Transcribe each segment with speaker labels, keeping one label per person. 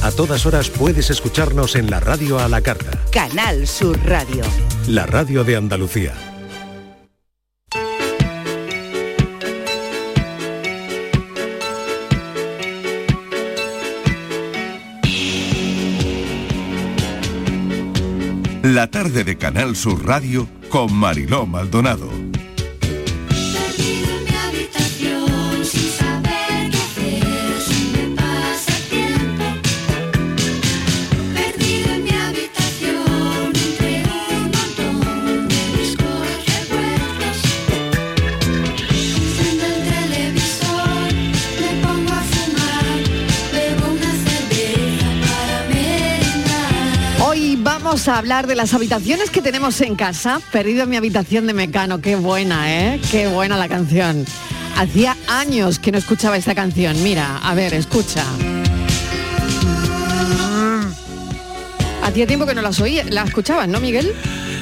Speaker 1: A todas horas puedes escucharnos en la radio a la carta.
Speaker 2: Canal Sur Radio.
Speaker 1: La radio de Andalucía.
Speaker 3: La tarde de Canal Sur Radio con Mariló Maldonado.
Speaker 4: Perdido en mi habitación sin saber qué hacer, se me pasa el tiempo. Perdido en mi habitación entre un montón de discos revueltos. Enciendo el televisor, me pongo a fumar, bebo una cerveza para merendar.
Speaker 5: Hoy vamos a hablar de las habitaciones que tenemos en casa. Perdido en mi habitación de Mecano, qué buena, ¿eh? Qué buena la canción. Hacía años que no escuchaba esta canción. Mira, a ver, escucha.
Speaker 6: Ah.
Speaker 5: Hacía tiempo que no las oía, la escuchabas, ¿no, Miguel?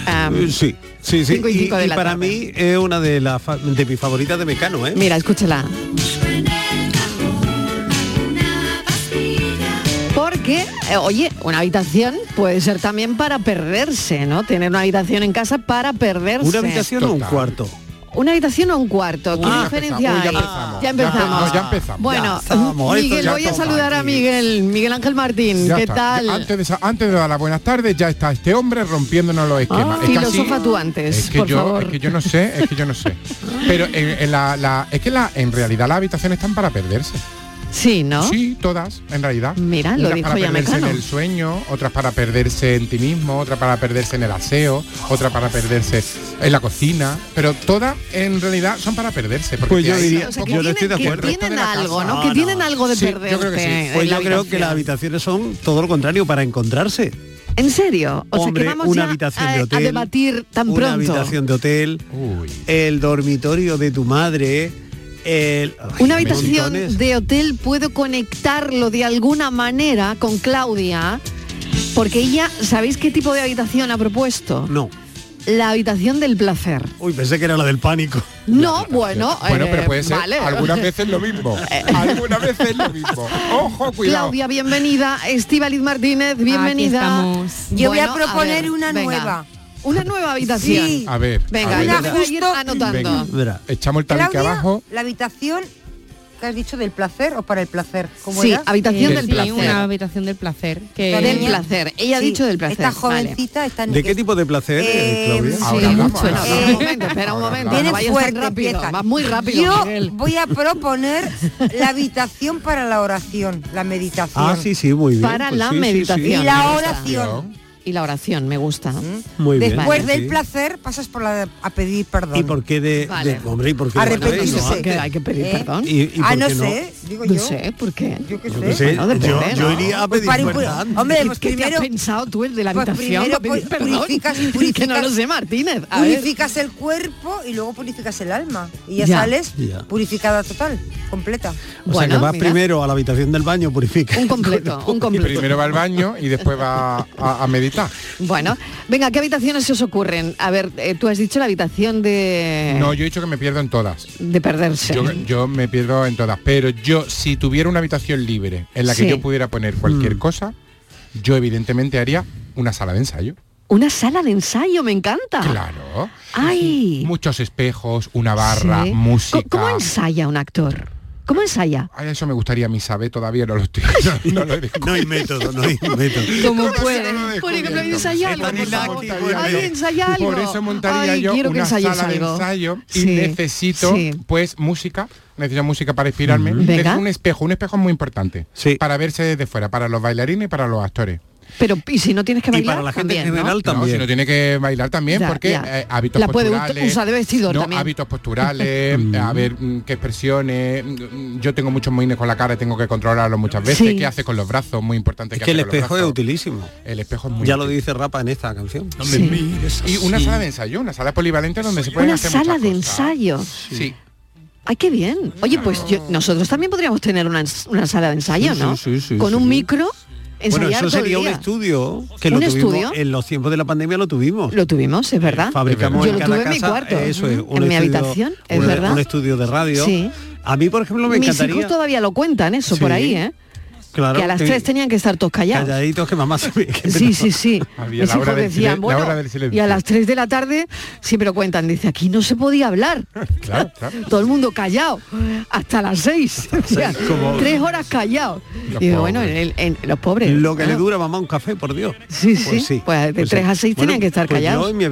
Speaker 5: Ah,
Speaker 6: Eh, Sí, sí, sí.
Speaker 5: Cinco y
Speaker 6: Y,
Speaker 5: cinco de
Speaker 6: y
Speaker 5: la
Speaker 6: para
Speaker 5: tarde.
Speaker 6: mí es una de, las fa- de mis favoritas de Mecano, ¿eh?
Speaker 5: Mira, escúchala. Porque, eh, oye, una habitación puede ser también para perderse, ¿no? Tener una habitación en casa para perderse.
Speaker 6: ¿Una habitación o un cuarto?
Speaker 5: Una habitación o un cuarto, ¿qué
Speaker 6: Uy, ya
Speaker 5: diferencia
Speaker 6: empezamos, uy, ya
Speaker 5: hay?
Speaker 6: empezamos.
Speaker 5: Ya empezamos.
Speaker 7: Ya empe- no, ya empezamos.
Speaker 5: Bueno,
Speaker 7: Ya estamos, esto
Speaker 5: Miguel,
Speaker 7: ya
Speaker 5: voy a
Speaker 7: toma,
Speaker 5: saludar a Miguel, Miguel Ángel Martín,
Speaker 7: Ya
Speaker 5: ¿qué
Speaker 7: está.
Speaker 5: tal?
Speaker 7: Ya Antes de, sa- antes de dar las buenas tardes, ya está este hombre rompiéndonos los esquemas.
Speaker 5: Ah, filosofa tú antes,
Speaker 7: es que
Speaker 5: por
Speaker 7: yo,
Speaker 5: favor.
Speaker 7: Es que yo no sé, es que yo no sé. Pero en, en la, la- es que la, en realidad las habitaciones están para perderse.
Speaker 5: Sí, ¿no?
Speaker 7: Sí, todas, en realidad.
Speaker 5: Mira, lo
Speaker 7: Unas
Speaker 5: dijo
Speaker 7: para
Speaker 5: ya
Speaker 7: perderse en
Speaker 5: Mecano.
Speaker 7: el sueño, otras para perderse en ti mismo, otra para perderse en el aseo, otra para perderse en la cocina. Pero todas en realidad son para perderse. Porque
Speaker 6: Pues yo
Speaker 7: te hay
Speaker 6: diría-
Speaker 7: un
Speaker 6: O sea,
Speaker 7: poco-
Speaker 6: que Yo no estoy de tienen- que acuerdo.
Speaker 5: Tienen algo, ¿no?
Speaker 6: No,
Speaker 5: Que
Speaker 6: no.
Speaker 5: tienen algo de
Speaker 7: Sí, yo
Speaker 5: perderte.
Speaker 7: creo que sí.
Speaker 5: en
Speaker 6: Pues yo
Speaker 5: la
Speaker 6: creo que
Speaker 5: habitación.
Speaker 6: las habitaciones son todo lo contrario, para encontrarse.
Speaker 5: ¿En serio? O
Speaker 6: Hombre,
Speaker 5: sea que vamos
Speaker 6: una
Speaker 5: ya
Speaker 6: habitación
Speaker 5: a,
Speaker 6: de
Speaker 5: a
Speaker 6: hotel,
Speaker 5: debatir tan
Speaker 6: una
Speaker 5: pronto.
Speaker 6: habitación de hotel,
Speaker 7: Uy.
Speaker 6: el dormitorio de tu madre, el... Ay,
Speaker 5: Una habitación
Speaker 6: montones.
Speaker 5: de hotel puedo conectarlo de alguna manera con Claudia, porque ella, ¿sabéis qué tipo de habitación ha propuesto?
Speaker 6: No.
Speaker 5: La habitación del placer.
Speaker 6: Uy, pensé que era la del pánico.
Speaker 5: No, bueno,
Speaker 7: Bueno,
Speaker 5: eh,
Speaker 7: pero puede ser
Speaker 5: vale. Eh,
Speaker 7: algunas veces lo mismo. Algunas veces lo mismo. Ojo, cuidado.
Speaker 5: Claudia, bienvenida. Estibaliz Martínez, bienvenida.
Speaker 8: Aquí estamos. Yo voy a
Speaker 5: Ah, Bueno,
Speaker 8: proponer
Speaker 5: ver,
Speaker 8: una
Speaker 5: venga.
Speaker 8: nueva.
Speaker 5: Una nueva habitación.
Speaker 8: Sí.
Speaker 7: A ver.
Speaker 5: Venga,
Speaker 7: a ver,
Speaker 5: ya
Speaker 8: venga.
Speaker 5: voy a ir
Speaker 8: Justo-
Speaker 5: anotando.
Speaker 7: venga.
Speaker 6: Verá.
Speaker 7: Echamos el tabique
Speaker 8: Claudia,
Speaker 7: abajo.
Speaker 8: la habitación que has dicho del placer o para el placer. ¿Cómo
Speaker 5: Sí,
Speaker 8: era?
Speaker 5: habitación
Speaker 8: Eh,
Speaker 5: del
Speaker 7: sí,
Speaker 5: placer.
Speaker 9: una habitación del placer. Que
Speaker 5: Del
Speaker 8: Niña.
Speaker 5: placer. Ella ha dicho del placer.
Speaker 8: Esta
Speaker 5: Vale.
Speaker 8: jovencita está en
Speaker 6: ¿De qué tipo de placer, eh,
Speaker 8: Eh,
Speaker 6: Claudia?
Speaker 8: sí.
Speaker 7: Ahora hablamos,
Speaker 8: mucho,
Speaker 7: ahora
Speaker 5: Bueno,
Speaker 8: no,
Speaker 7: hablamos.
Speaker 5: un momento, espera un momento.
Speaker 8: Eh, Viene
Speaker 5: no vayas tan
Speaker 8: fuerte,
Speaker 5: rápido,
Speaker 8: empieza.
Speaker 5: vas muy rápido.
Speaker 8: Yo
Speaker 5: Miguel.
Speaker 8: voy a proponer la habitación para la oración, la meditación.
Speaker 6: Ah, sí, sí, muy bien.
Speaker 5: Para la
Speaker 6: sí, sí, sí.
Speaker 8: Y
Speaker 5: meditación.
Speaker 8: la
Speaker 5: me gusta.
Speaker 8: oración.
Speaker 5: Y la oración, me gusta.
Speaker 6: Muy bien.
Speaker 8: Después
Speaker 6: sí.
Speaker 8: del ¿Mm? placer pasas por la de- a pedir perdón.
Speaker 6: ¿Y por qué de,
Speaker 5: Vale.
Speaker 6: eh, de- hombre, y por qué de-
Speaker 8: Arrepentirse.
Speaker 6: no,
Speaker 5: que hay que pedir
Speaker 8: ¿Eh?
Speaker 5: perdón.
Speaker 6: y- y
Speaker 8: ah,
Speaker 6: por
Speaker 8: no
Speaker 6: qué
Speaker 8: sé, digo
Speaker 5: no
Speaker 8: yo.
Speaker 5: sé, ¿por qué?
Speaker 8: Yo qué
Speaker 6: Yo
Speaker 8: sé.
Speaker 6: qué sé,
Speaker 5: Bueno, depende,
Speaker 6: yo,
Speaker 5: ¿no?
Speaker 6: yo iría a
Speaker 8: Pues
Speaker 6: pedir
Speaker 8: para un pu-
Speaker 6: perdón.
Speaker 8: Hombre,
Speaker 5: ¿Qué-
Speaker 8: pues
Speaker 5: ¿Qué te
Speaker 8: primero-
Speaker 5: has pensado tú, el de la
Speaker 8: pues
Speaker 5: habitación?
Speaker 8: primero
Speaker 5: para pedir
Speaker 8: pu-
Speaker 5: perdón?
Speaker 8: purificas y
Speaker 5: que no
Speaker 8: purificas-
Speaker 5: lo sé, Martínez. A ver.
Speaker 8: Purificas el cuerpo y luego purificas el alma. Y ya,
Speaker 5: Ya.
Speaker 8: sales
Speaker 6: Ya.
Speaker 8: purificada total, completa.
Speaker 6: O sea, que
Speaker 5: Bueno,
Speaker 6: vas
Speaker 5: mira,
Speaker 6: primero a la habitación del baño, purifica.
Speaker 5: Un completo, un completo.
Speaker 7: Primero va al baño y después va a, a meditar.
Speaker 5: Bueno, venga, ¿qué habitaciones se os ocurren? A ver, eh, tú has dicho la habitación de,
Speaker 7: No, yo he dicho que me pierdo en todas.
Speaker 5: Eh. de perderse.
Speaker 7: Yo, yo me pierdo en todas. Pero yo, si tuviera una habitación libre en la que
Speaker 5: Sí.
Speaker 7: yo pudiera poner
Speaker 6: Mm.
Speaker 7: cualquier cosa, yo evidentemente haría una sala de ensayo.
Speaker 5: Una sala de ensayo, me encanta.
Speaker 7: Claro.
Speaker 5: Ah. Ay.
Speaker 7: Muchos espejos, una barra,
Speaker 5: Sí.
Speaker 7: música.
Speaker 5: ¿Cómo cómo ensaya un actor? ¿Cómo ensaya?
Speaker 7: Ay, eso me gustaría a mí saber, todavía no lo estoy. No, no lo he
Speaker 6: No hay método, no hay método.
Speaker 9: como
Speaker 7: Por
Speaker 9: puede.
Speaker 7: eso no lo he
Speaker 5: Por
Speaker 7: descubierto.
Speaker 5: ejemplo, ensaya algo,
Speaker 7: Por
Speaker 5: por
Speaker 7: eso
Speaker 5: favor.
Speaker 7: montaría
Speaker 5: Ay,
Speaker 7: yo-
Speaker 5: ensaya algo.
Speaker 7: Por eso montaría
Speaker 5: Ay,
Speaker 7: yo
Speaker 5: quiero que
Speaker 7: una
Speaker 5: ensayes
Speaker 7: sala
Speaker 5: algo.
Speaker 7: de ensayo y
Speaker 5: Sí,
Speaker 7: necesito,
Speaker 5: sí.
Speaker 7: pues, música. Necesito música para inspirarme.
Speaker 5: Venga.
Speaker 7: Necesito un espejo, un espejo es muy importante.
Speaker 6: Sí.
Speaker 7: Para verse desde fuera, para los bailarines y para los actores.
Speaker 5: Pero y si no tienes que
Speaker 6: Y
Speaker 5: bailar
Speaker 6: para la gente
Speaker 5: también,
Speaker 6: en general
Speaker 5: ¿no?
Speaker 7: No, si
Speaker 6: también.
Speaker 7: no tiene que bailar también
Speaker 5: Ya,
Speaker 7: porque
Speaker 5: ya.
Speaker 7: eh, hábitos
Speaker 5: La puede ut-
Speaker 7: posturales.
Speaker 5: usar de vestidor
Speaker 7: no,
Speaker 5: también.
Speaker 7: hábitos posturales, mm, a ver mm, qué expresiones. mm, Yo tengo muchos moines con la cara, tengo que controlarlo muchas veces.
Speaker 5: Sí.
Speaker 7: ¿Qué hace con los brazos? Muy importante.
Speaker 6: Es
Speaker 7: qué
Speaker 6: que el
Speaker 7: hace con los
Speaker 6: espejo es
Speaker 7: brazos.
Speaker 6: utilísimo.
Speaker 7: El espejo es muy
Speaker 6: Ya lo
Speaker 7: útil.
Speaker 6: dice Rapa en esta canción.
Speaker 5: Sí.
Speaker 7: Y una sala de ensayo, una sala polivalente donde se pueden
Speaker 5: Una
Speaker 7: hacer
Speaker 5: sala
Speaker 7: muchas
Speaker 5: de
Speaker 7: cosas.
Speaker 5: ensayo.
Speaker 7: Sí.
Speaker 5: Ay, qué bien. Oye, pues yo- nosotros también podríamos tener una, ens- una sala de ensayo,
Speaker 6: Sí,
Speaker 5: ¿no?
Speaker 6: sí, sí, sí,
Speaker 5: Con
Speaker 6: sí.
Speaker 5: un micro, ensayar
Speaker 6: Bueno, eso
Speaker 5: todo el
Speaker 6: sería un
Speaker 5: día.
Speaker 6: estudio que
Speaker 5: ¿Un
Speaker 6: lo tuvimos
Speaker 5: estudio?
Speaker 6: en los tiempos de la pandemia lo tuvimos. Eh,
Speaker 5: Lo tuvimos, es verdad.
Speaker 6: Fabricamos en
Speaker 5: Yo lo
Speaker 6: cada
Speaker 5: tuve en mi
Speaker 6: casa,
Speaker 5: cuarto.
Speaker 6: Eso es,
Speaker 5: En mi habitación, es
Speaker 6: un-
Speaker 5: verdad.
Speaker 6: Un estudio de radio.
Speaker 5: Sí.
Speaker 6: A mí, por ejemplo, me
Speaker 5: Mis
Speaker 6: encantaría.
Speaker 5: hijos todavía lo cuentan eso
Speaker 6: Sí.
Speaker 5: por ahí, ¿eh?
Speaker 6: Claro,
Speaker 5: que a las
Speaker 6: te-
Speaker 5: tres tenían que estar todos callados.
Speaker 6: Calladitos que mamá se ve que
Speaker 5: Sí, sí, sí.
Speaker 7: Había
Speaker 5: Mis
Speaker 7: la hora
Speaker 5: hijos
Speaker 7: del silen-
Speaker 5: decían,
Speaker 7: la
Speaker 5: bueno,
Speaker 7: hora del silencio.
Speaker 5: y a las 3 de la tarde siempre lo cuentan, dice, aquí no se podía hablar.
Speaker 7: Claro, claro.
Speaker 5: Todo el mundo callado, hasta las 6. O sea,
Speaker 6: como-
Speaker 5: tres horas callado.
Speaker 7: Los
Speaker 5: y digo, bueno, en,
Speaker 7: pobres.
Speaker 5: el- en- los pobres.
Speaker 6: Lo que le
Speaker 5: claro.
Speaker 6: dura mamá un café, por Dios.
Speaker 5: Sí, sí. Pues de tres a seis tenían que estar
Speaker 6: pues
Speaker 5: callados.
Speaker 6: yo en mi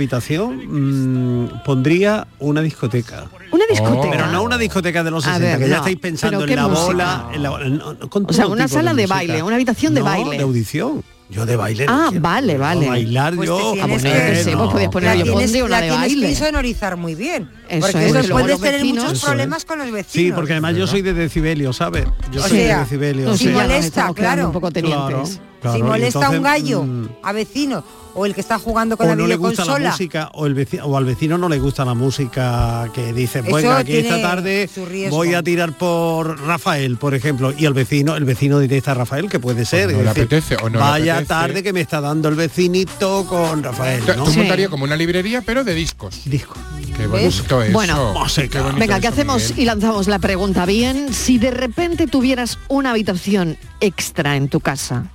Speaker 6: habitación mm, pondría una discoteca.
Speaker 5: Una discoteca.
Speaker 6: Oh. Pero no una discoteca de los
Speaker 5: A
Speaker 6: 60,
Speaker 5: ver,
Speaker 6: que ya
Speaker 5: no.
Speaker 6: estáis pensando
Speaker 5: Pero
Speaker 6: en
Speaker 5: ¿qué
Speaker 6: la
Speaker 5: música?
Speaker 6: bola, en la bola, no, no, con
Speaker 5: O sea,
Speaker 6: todo
Speaker 5: una
Speaker 6: tipo de
Speaker 5: sala de
Speaker 6: música.
Speaker 5: baile, una habitación de
Speaker 6: No,
Speaker 5: baile.
Speaker 6: de audición. Yo de baile. no
Speaker 5: Ah,
Speaker 6: quiero.
Speaker 5: vale,
Speaker 6: No,
Speaker 5: vale.
Speaker 6: Bailar
Speaker 8: Pues te
Speaker 6: yo.
Speaker 8: tienes Ah,
Speaker 5: yo
Speaker 8: bueno, que-
Speaker 5: qué sé, pues podías poner
Speaker 8: la
Speaker 5: yo
Speaker 8: tienes,
Speaker 5: pondría una
Speaker 8: la
Speaker 5: de
Speaker 8: tienes que
Speaker 5: baile.
Speaker 8: sonorizar muy bien.
Speaker 5: Eso
Speaker 8: porque
Speaker 5: es,
Speaker 8: eso
Speaker 5: porque luego
Speaker 8: puedes
Speaker 5: los
Speaker 8: tener
Speaker 5: vecinos-
Speaker 6: Eso
Speaker 8: muchos
Speaker 6: es.
Speaker 8: problemas con los vecinos.
Speaker 6: Sí, porque además yo soy de decibelio, ¿sabes? Yo
Speaker 8: O
Speaker 6: soy de
Speaker 8: sea,
Speaker 6: decibelio.
Speaker 8: no,
Speaker 6: o
Speaker 5: Entonces
Speaker 8: si
Speaker 5: ya nos
Speaker 6: sea,
Speaker 8: molesta,
Speaker 5: estamos quedando
Speaker 8: claro.
Speaker 5: un poco
Speaker 6: claro,
Speaker 5: tenientes.
Speaker 6: claro,
Speaker 8: si
Speaker 6: y
Speaker 8: molesta
Speaker 6: entonces,
Speaker 8: un gallo
Speaker 6: mm,
Speaker 8: a vecino o el que está jugando con
Speaker 6: o
Speaker 8: la
Speaker 6: no le gusta la
Speaker 8: videoconsola.
Speaker 6: música o, el vecino, o al vecino no le gusta la música que dice
Speaker 8: Eso
Speaker 6: bueno aquí esta
Speaker 8: tiene
Speaker 6: tarde
Speaker 8: su riesgo".
Speaker 6: voy a tirar por Rafael por ejemplo y el vecino el vecino detesta a Rafael que puede ser
Speaker 7: O no
Speaker 6: es
Speaker 7: le
Speaker 6: decir,
Speaker 7: apetece, o no le
Speaker 6: vaya
Speaker 7: apetece.
Speaker 6: tarde que me está dando el vecinito con Rafael
Speaker 7: Tú
Speaker 6: ¿no?
Speaker 7: tú
Speaker 5: Sí.
Speaker 7: montarías como una librería, pero de discos.
Speaker 6: Disco.
Speaker 7: Qué bonito eso.
Speaker 5: Bueno,
Speaker 6: música.
Speaker 7: Qué bonito
Speaker 5: Venga, ¿qué
Speaker 7: eso,
Speaker 5: hacemos?
Speaker 7: Miguel.
Speaker 5: Y lanzamos la pregunta bien. Si de repente tuvieras una habitación extra en tu casa,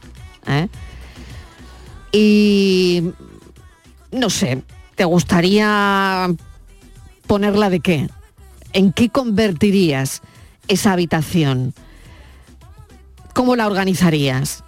Speaker 5: ¿eh? y no sé, ¿te gustaría ponerla de qué? ¿En qué convertirías esa habitación? ¿Cómo la organizarías?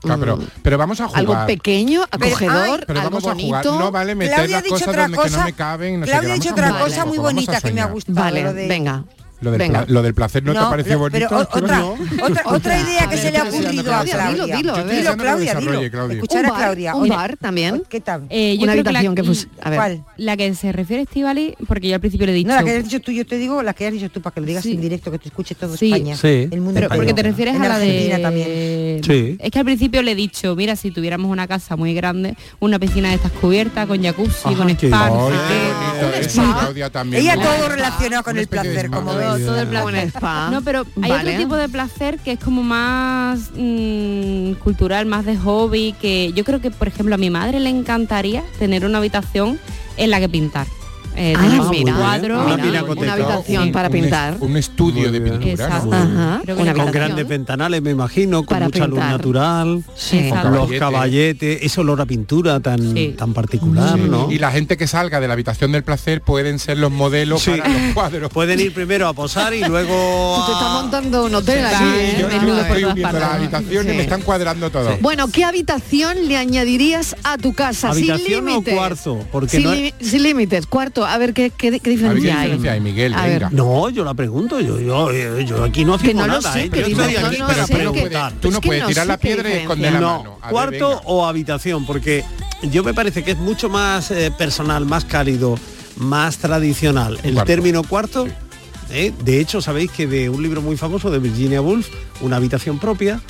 Speaker 7: Claro, pero, pero vamos a jugar.
Speaker 5: ¿Algo pequeño, acogedor,
Speaker 7: Pero
Speaker 5: algo
Speaker 7: vamos a
Speaker 5: bonito?
Speaker 7: jugar. No vale meter
Speaker 8: Claudia ha
Speaker 7: las
Speaker 8: dicho
Speaker 7: cosas
Speaker 8: otra
Speaker 7: donde que no
Speaker 8: cosa-
Speaker 7: me caben. No sé
Speaker 8: Claudia
Speaker 7: qué.
Speaker 8: ha dicho
Speaker 7: Vamos a
Speaker 8: otra
Speaker 7: jugar un
Speaker 8: cosa muy
Speaker 7: poco, vamos a
Speaker 8: bonita que me ha
Speaker 7: soñar.
Speaker 8: gustado. lo
Speaker 5: Vale,
Speaker 8: de-
Speaker 5: venga.
Speaker 7: Lo del,
Speaker 5: venga.
Speaker 7: pla- lo del placer no, te
Speaker 8: No,
Speaker 7: ha parecido
Speaker 8: lo-
Speaker 7: bonito.
Speaker 8: pero o- otra,
Speaker 7: No.
Speaker 8: otra, otra idea que
Speaker 5: A
Speaker 8: se
Speaker 5: ver,
Speaker 8: le ha
Speaker 5: ¿qué está
Speaker 8: ocurrido a
Speaker 5: diciendo Claudia? Dilo,
Speaker 8: Claudia.
Speaker 5: dilo, a ver.
Speaker 8: Dilo, Claudia,
Speaker 7: Desarrolle,
Speaker 8: dilo.
Speaker 7: Claudia.
Speaker 8: Escuchar
Speaker 5: un
Speaker 8: a
Speaker 5: bar,
Speaker 8: Claudia.
Speaker 5: un
Speaker 8: Oye,
Speaker 5: bar también.
Speaker 8: ¿Qué tal?
Speaker 9: Eh, yo
Speaker 5: Una
Speaker 9: creo que la-
Speaker 5: habitación que fuese- a ver.
Speaker 8: ¿Cuál?
Speaker 9: La que se refiere Estivali, porque yo al principio le he dicho.
Speaker 8: No, la que hayas dicho tú, yo te digo, la que hayas dicho tú para que lo digas
Speaker 9: Sí.
Speaker 8: en directo, que te escuche todo
Speaker 9: Sí.
Speaker 8: España.
Speaker 6: Sí.
Speaker 8: El mundo
Speaker 9: Pero
Speaker 8: entero.
Speaker 5: Ah,
Speaker 9: porque te refieres
Speaker 8: En
Speaker 9: a la
Speaker 8: Argentina
Speaker 9: de
Speaker 8: también.
Speaker 6: Sí.
Speaker 9: Es que al principio le he dicho, mira, si tuviéramos una casa muy grande, una piscina de estas cubiertas con jacuzzi,
Speaker 6: Ajá,
Speaker 9: con
Speaker 6: qué
Speaker 9: spa, no
Speaker 7: Ole,
Speaker 9: sé qué.
Speaker 7: qué bonito eso, Claudia también.
Speaker 8: Ella
Speaker 7: Una-
Speaker 8: todo relacionado con
Speaker 7: una
Speaker 8: el
Speaker 7: especie de
Speaker 8: placer, como
Speaker 7: spa.
Speaker 8: ves.
Speaker 9: Todo el
Speaker 5: Un
Speaker 9: placer.
Speaker 5: spa.
Speaker 9: No, pero hay
Speaker 5: Vale.
Speaker 9: otro tipo de placer que es como más mm, cultural, más de hobby, que yo creo que, por ejemplo, a mi madre le encantaría tener una habitación en la que pintar. Eh,
Speaker 5: Ah,
Speaker 9: tenemos
Speaker 5: mira.
Speaker 9: un cuadro,
Speaker 6: Una
Speaker 9: una,
Speaker 6: pinacoteca.
Speaker 5: habitación
Speaker 9: Sí.
Speaker 5: para
Speaker 7: un es-
Speaker 5: pintar.
Speaker 7: Un estudio
Speaker 6: Muy
Speaker 7: de
Speaker 6: bien.
Speaker 7: pintura. ¿no?
Speaker 9: Exacto.
Speaker 7: Muy bien.
Speaker 5: Ajá,
Speaker 9: Creo que
Speaker 5: una
Speaker 9: la
Speaker 6: Con
Speaker 5: habitación.
Speaker 6: grandes ventanales, me imagino, con
Speaker 5: Para
Speaker 6: mucha
Speaker 5: pintar.
Speaker 6: luz natural,
Speaker 5: Sí.
Speaker 9: Exacto.
Speaker 6: los
Speaker 7: Caballete.
Speaker 6: caballetes, Este, ese olor a pintura tan,
Speaker 9: Sí.
Speaker 6: tan particular,
Speaker 7: Sí.
Speaker 6: ¿no?
Speaker 7: Y la gente que salga de la habitación del placer pueden ser los modelos
Speaker 6: Sí.
Speaker 7: para los cuadros.
Speaker 6: Pueden ir primero a posar y luego
Speaker 5: Tú te estás
Speaker 6: a-
Speaker 5: montando un hotel
Speaker 9: Sí,
Speaker 5: aquí, ¿eh?
Speaker 7: Sí, yo, yo
Speaker 5: Desnudo
Speaker 7: me
Speaker 5: por
Speaker 7: estoy
Speaker 5: todas
Speaker 7: uniendo a las
Speaker 5: partes.
Speaker 7: habitaciones y
Speaker 5: Sí.
Speaker 7: me están cuadrando todo.
Speaker 5: Bueno, ¿qué habitación le añadirías a tu casa? sin
Speaker 6: ¿Habitación o
Speaker 5: límites.
Speaker 6: cuarto? Porque
Speaker 5: sin,
Speaker 6: no-
Speaker 5: li- sin límites, cuarto. A ver qué, qué- qué
Speaker 7: A ver qué
Speaker 5: diferencia hay.
Speaker 7: diferencia hay, Miguel,
Speaker 5: A
Speaker 7: venga.
Speaker 5: ver.
Speaker 6: No, yo la pregunto, yo, yo, yo, yo aquí no
Speaker 5: Que
Speaker 6: afirmo
Speaker 5: no lo
Speaker 6: nada,
Speaker 5: sé,
Speaker 6: ¿eh?
Speaker 5: que
Speaker 6: Yo
Speaker 5: digo,
Speaker 6: estoy
Speaker 5: no,
Speaker 6: aquí
Speaker 5: no
Speaker 6: para
Speaker 5: sé, que-
Speaker 6: preguntar.
Speaker 7: Tú
Speaker 5: es
Speaker 7: no
Speaker 5: que
Speaker 7: puedes
Speaker 5: no
Speaker 7: tirar
Speaker 5: sé
Speaker 7: la
Speaker 5: qué
Speaker 7: piedra y
Speaker 5: diferencia.
Speaker 7: esconder la
Speaker 6: no,
Speaker 7: mano. A ver,
Speaker 6: cuarto
Speaker 7: venga.
Speaker 6: o habitación, porque yo me parece que es mucho más eh, personal, más cálido, más tradicional. El
Speaker 7: cuarto.
Speaker 6: término cuarto, eh, de hecho, sabéis que de un libro muy famoso de Virginia Woolf, Una habitación propia,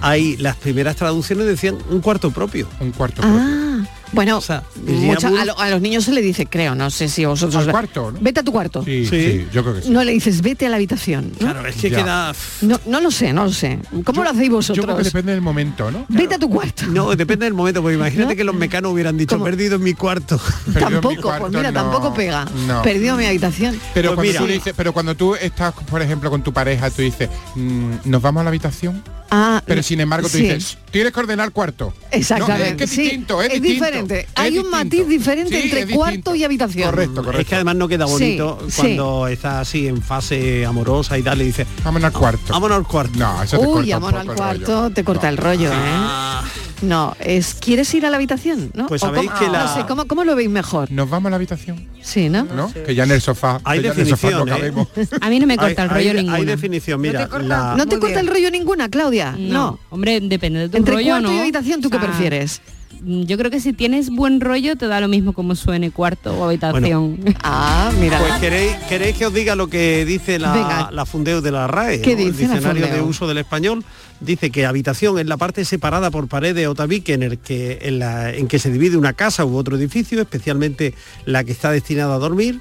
Speaker 6: hay las primeras traducciones decían un cuarto propio.
Speaker 7: Un cuarto. propio.
Speaker 5: Ah, bueno,
Speaker 6: O sea, Virginia
Speaker 5: mucha-
Speaker 6: Woolf-
Speaker 5: a, lo- a los niños se le dice, creo, no sé si vosotros...
Speaker 7: Al cuarto, ¿no?
Speaker 5: Vete a tu cuarto.
Speaker 7: Sí,
Speaker 6: Sí.
Speaker 7: sí, yo creo que sí.
Speaker 5: No le dices, vete a la habitación. ¿no?
Speaker 6: Claro, es que
Speaker 7: Ya.
Speaker 6: queda...
Speaker 5: No, no lo sé, no lo sé. ¿Cómo lo hacéis
Speaker 7: Yo creo que
Speaker 5: vosotros?
Speaker 7: depende del momento, ¿no?
Speaker 5: Vete a tu cuarto.
Speaker 6: No, depende del momento, porque imagínate que los mecanos hubieran dicho,
Speaker 5: ¿Cómo?
Speaker 6: perdido en mi cuarto.
Speaker 7: Perdido en mi
Speaker 5: tampoco,
Speaker 7: cuarto,
Speaker 5: pues mira,
Speaker 7: no,
Speaker 5: tampoco pega.
Speaker 7: no.
Speaker 5: Perdido mi habitación.
Speaker 7: Pero,
Speaker 6: Pues
Speaker 7: cuando
Speaker 6: mira.
Speaker 7: tú dices- pero cuando tú estás, por ejemplo, con tu pareja, tú dices, mm, ¿nos vamos a la habitación?
Speaker 5: Ah,
Speaker 7: Pero sin embargo tú
Speaker 5: sí.
Speaker 7: dices, tienes que ordenar cuarto.
Speaker 5: Exactamente,
Speaker 7: No, es que es
Speaker 5: sí.
Speaker 7: distinto, es,
Speaker 5: Es
Speaker 7: distinto,
Speaker 5: diferente.
Speaker 7: es
Speaker 5: Hay un
Speaker 7: distinto.
Speaker 5: matiz diferente entre
Speaker 7: es distinto.
Speaker 5: cuarto y habitación.
Speaker 7: Correcto, correcto.
Speaker 6: Es que además no queda
Speaker 5: Sí,
Speaker 6: bonito
Speaker 5: sí.
Speaker 6: cuando está así en fase amorosa y tal, y dice,
Speaker 7: Vámonos al cuarto.
Speaker 6: vámonos al cuarto.
Speaker 7: No, eso te corta
Speaker 5: Uy,
Speaker 7: un
Speaker 5: amor al
Speaker 7: poco el
Speaker 5: cuarto,
Speaker 7: rollo.
Speaker 5: te corta el
Speaker 7: No.
Speaker 5: rollo, ¿eh?
Speaker 6: Ah,
Speaker 5: No, es ¿quieres ir a la habitación? ¿No?
Speaker 6: Pues
Speaker 5: O
Speaker 6: sabéis
Speaker 5: cómo-
Speaker 6: que la-
Speaker 5: No sé, ¿cómo, cómo lo veis mejor?
Speaker 7: Nos vamos a la habitación,
Speaker 5: Sí, ¿no?
Speaker 7: ¿no? Que ya en el sofá,
Speaker 6: Hay
Speaker 7: que ya en el sofá no
Speaker 6: definición, ¿eh?
Speaker 7: cabemos.
Speaker 9: A mí no me corta el rollo
Speaker 6: hay,
Speaker 9: ninguno.
Speaker 6: hay definición, mira.
Speaker 8: te corta?
Speaker 6: la-
Speaker 5: ¿No te
Speaker 8: Muy
Speaker 5: corta
Speaker 8: bien.
Speaker 5: el rollo ninguna, Claudia? No.
Speaker 9: Hombre, depende de tu
Speaker 5: Entre
Speaker 9: rollo,
Speaker 5: cuarto
Speaker 9: ¿no?
Speaker 5: y habitación, ¿tú
Speaker 9: O
Speaker 5: qué
Speaker 9: sea,
Speaker 5: prefieres?
Speaker 9: mm, Yo creo que si tienes buen rollo te da lo mismo como suene cuarto o habitación.
Speaker 5: Ah, mira.
Speaker 6: Pues queréis, queréis que os diga lo que dice la,
Speaker 5: Venga.
Speaker 6: la Fundeo de la RAE,
Speaker 5: ¿Qué
Speaker 6: ¿no? el
Speaker 5: dice la
Speaker 6: diccionario de
Speaker 5: Fundeo?
Speaker 6: uso del español, dice que habitación es la parte separada por paredes o tabique en el que en, la- en que se divide una casa u otro edificio, especialmente la que está destinada a dormir.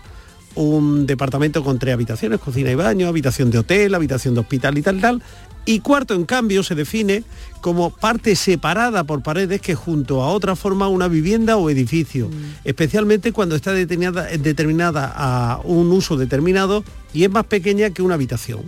Speaker 6: Un departamento con tres habitaciones, cocina y baño, habitación de hotel, habitación de hospital y tal, tal. Y cuarto, en cambio, se define como parte separada por paredes que junto a otra forma una vivienda o edificio,
Speaker 5: Mm.
Speaker 6: especialmente cuando está determinada, determinada a un uso determinado y es más pequeña que una habitación.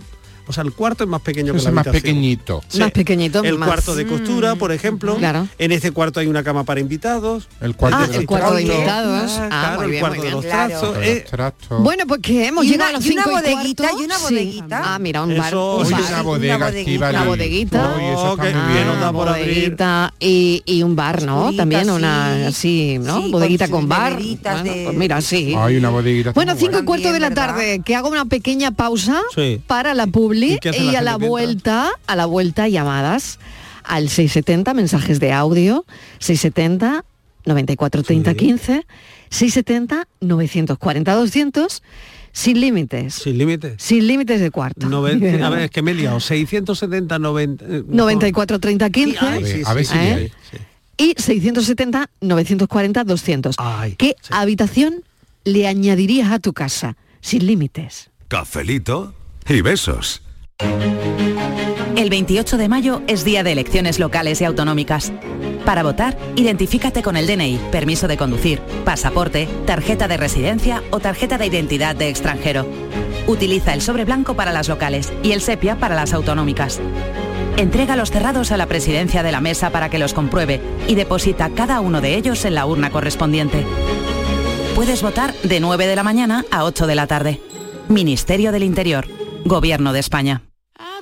Speaker 6: O sea, el cuarto es más pequeño que
Speaker 7: Eso
Speaker 6: la
Speaker 7: es más
Speaker 6: habitación.
Speaker 7: pequeñito.
Speaker 6: Sí.
Speaker 5: Más pequeñito,
Speaker 6: El
Speaker 5: más. Mm.
Speaker 6: cuarto de costura, por ejemplo.
Speaker 5: Claro.
Speaker 6: En este cuarto hay una cama para invitados.
Speaker 7: El cuarto
Speaker 5: Ah,
Speaker 7: de
Speaker 5: el
Speaker 7: los
Speaker 5: cuarto de
Speaker 8: Oye,
Speaker 5: invitados. Ah,
Speaker 6: ¿eh? claro,
Speaker 5: muy
Speaker 6: el
Speaker 5: bien,
Speaker 6: cuarto
Speaker 5: muy
Speaker 6: de
Speaker 5: bien.
Speaker 6: los
Speaker 8: Claro.
Speaker 6: trazos.
Speaker 7: tractos,
Speaker 6: eh,
Speaker 7: los tractos.
Speaker 5: Bueno, pues que hemos
Speaker 8: Y
Speaker 5: llegado
Speaker 8: una-
Speaker 5: a los
Speaker 8: y una
Speaker 5: cinco
Speaker 8: bodeguita,
Speaker 5: cuarto.
Speaker 8: y una
Speaker 5: Sí.
Speaker 8: bodeguita.
Speaker 5: Ah, mira, un
Speaker 6: Eso,
Speaker 5: bar.
Speaker 6: oye,
Speaker 5: un
Speaker 7: Oye,
Speaker 5: bar.
Speaker 7: una bodega,
Speaker 8: bodeguita.
Speaker 7: Estíbaliz.
Speaker 5: La bodeguita.
Speaker 7: Oye, eso
Speaker 6: Oh,
Speaker 7: está
Speaker 6: qué
Speaker 7: muy bien.
Speaker 6: bien, nos da por abrir.
Speaker 5: bodeguita y, y un bar, ¿no?
Speaker 8: Oscurita,
Speaker 5: También una
Speaker 8: sí.
Speaker 5: así, ¿no?
Speaker 8: Sí,
Speaker 5: bodeguita
Speaker 8: con
Speaker 5: con,
Speaker 8: sus
Speaker 5: bar.
Speaker 8: neveritas
Speaker 5: Bueno,
Speaker 8: de-
Speaker 5: pues mira, sí.
Speaker 7: Hay una bodeguita.
Speaker 5: Bueno,
Speaker 7: está muy
Speaker 5: cinco
Speaker 7: buena.
Speaker 5: y cuarto de la
Speaker 8: ¿verdad?
Speaker 5: tarde, que hago una pequeña pausa
Speaker 6: Sí.
Speaker 5: para la publi
Speaker 6: ¿Y qué hace
Speaker 5: y,
Speaker 6: la
Speaker 5: a la
Speaker 6: gente mientras?
Speaker 5: vuelta, a la vuelta llamadas al 670, mensajes de audio, 670 94 30 15, 670 940 200, sin límites,
Speaker 6: Sin límites.
Speaker 5: sin límites de cuarto.
Speaker 6: Noven- a ver, es que me he liado. 670, 90... eh,
Speaker 5: 94 30
Speaker 6: Sí,
Speaker 5: 15
Speaker 6: ay,
Speaker 7: A ver,
Speaker 6: sí,
Speaker 7: a ver
Speaker 6: sí,
Speaker 7: si
Speaker 6: sí,
Speaker 5: ¿Eh?
Speaker 7: hay.
Speaker 6: sí.
Speaker 5: y 670 940 200.
Speaker 6: Ay,
Speaker 5: ¿Qué
Speaker 6: sí.
Speaker 5: habitación le añadirías a tu casa sin límites?
Speaker 4: Cafelito y besos.
Speaker 10: El 28 de mayo es día de elecciones locales y autonómicas. Para votar, identifícate con el DNI, permiso de conducir, pasaporte, tarjeta de residencia o tarjeta de identidad de extranjero. Utiliza el sobre blanco para las locales y el sepia para las autonómicas. Entrega los cerrados a la presidencia de la mesa para que los compruebe y deposita cada uno de ellos en la urna correspondiente. Puedes votar de 9 de la mañana a 8 de la tarde. Ministerio del Interior, Gobierno de España.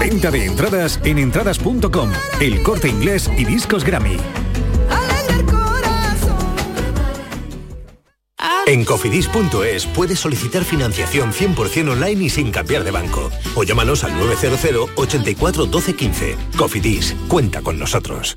Speaker 4: Venta de entradas en entradas.com, el corte inglés y discos Grammy.
Speaker 11: En cofidis.es puedes solicitar financiación 100% online y sin cambiar de banco. O llámanos al 900 84 12 15. Cofidis, cuenta con nosotros.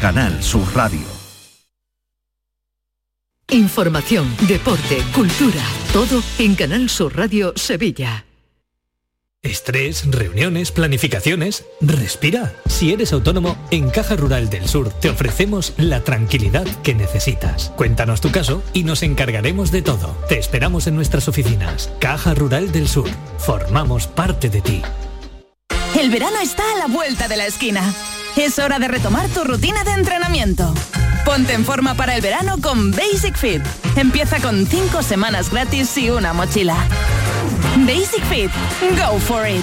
Speaker 12: Canal Sur Radio.
Speaker 13: Información, deporte, cultura, todo en Canal Sur Radio Sevilla.
Speaker 11: Estrés, reuniones, planificaciones. Respira. Si eres autónomo, en Caja Rural del Sur te ofrecemos la tranquilidad que necesitas. Cuéntanos tu caso y nos encargaremos de todo. Te esperamos en nuestras oficinas. Caja Rural del Sur. Formamos parte de ti.
Speaker 10: El verano está a la vuelta de la esquina. Es hora de retomar tu rutina de entrenamiento. Ponte en forma para el verano con Basic Fit. Empieza con 5 semanas gratis y una mochila. Basic Fit, go for it.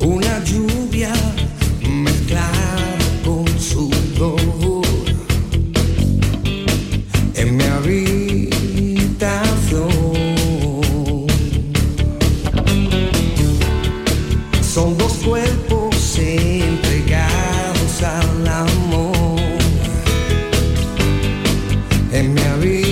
Speaker 11: Una lluvia mezclada con sudor en mi habitación. Son dos cuerpos entregados al amor en mi habitación.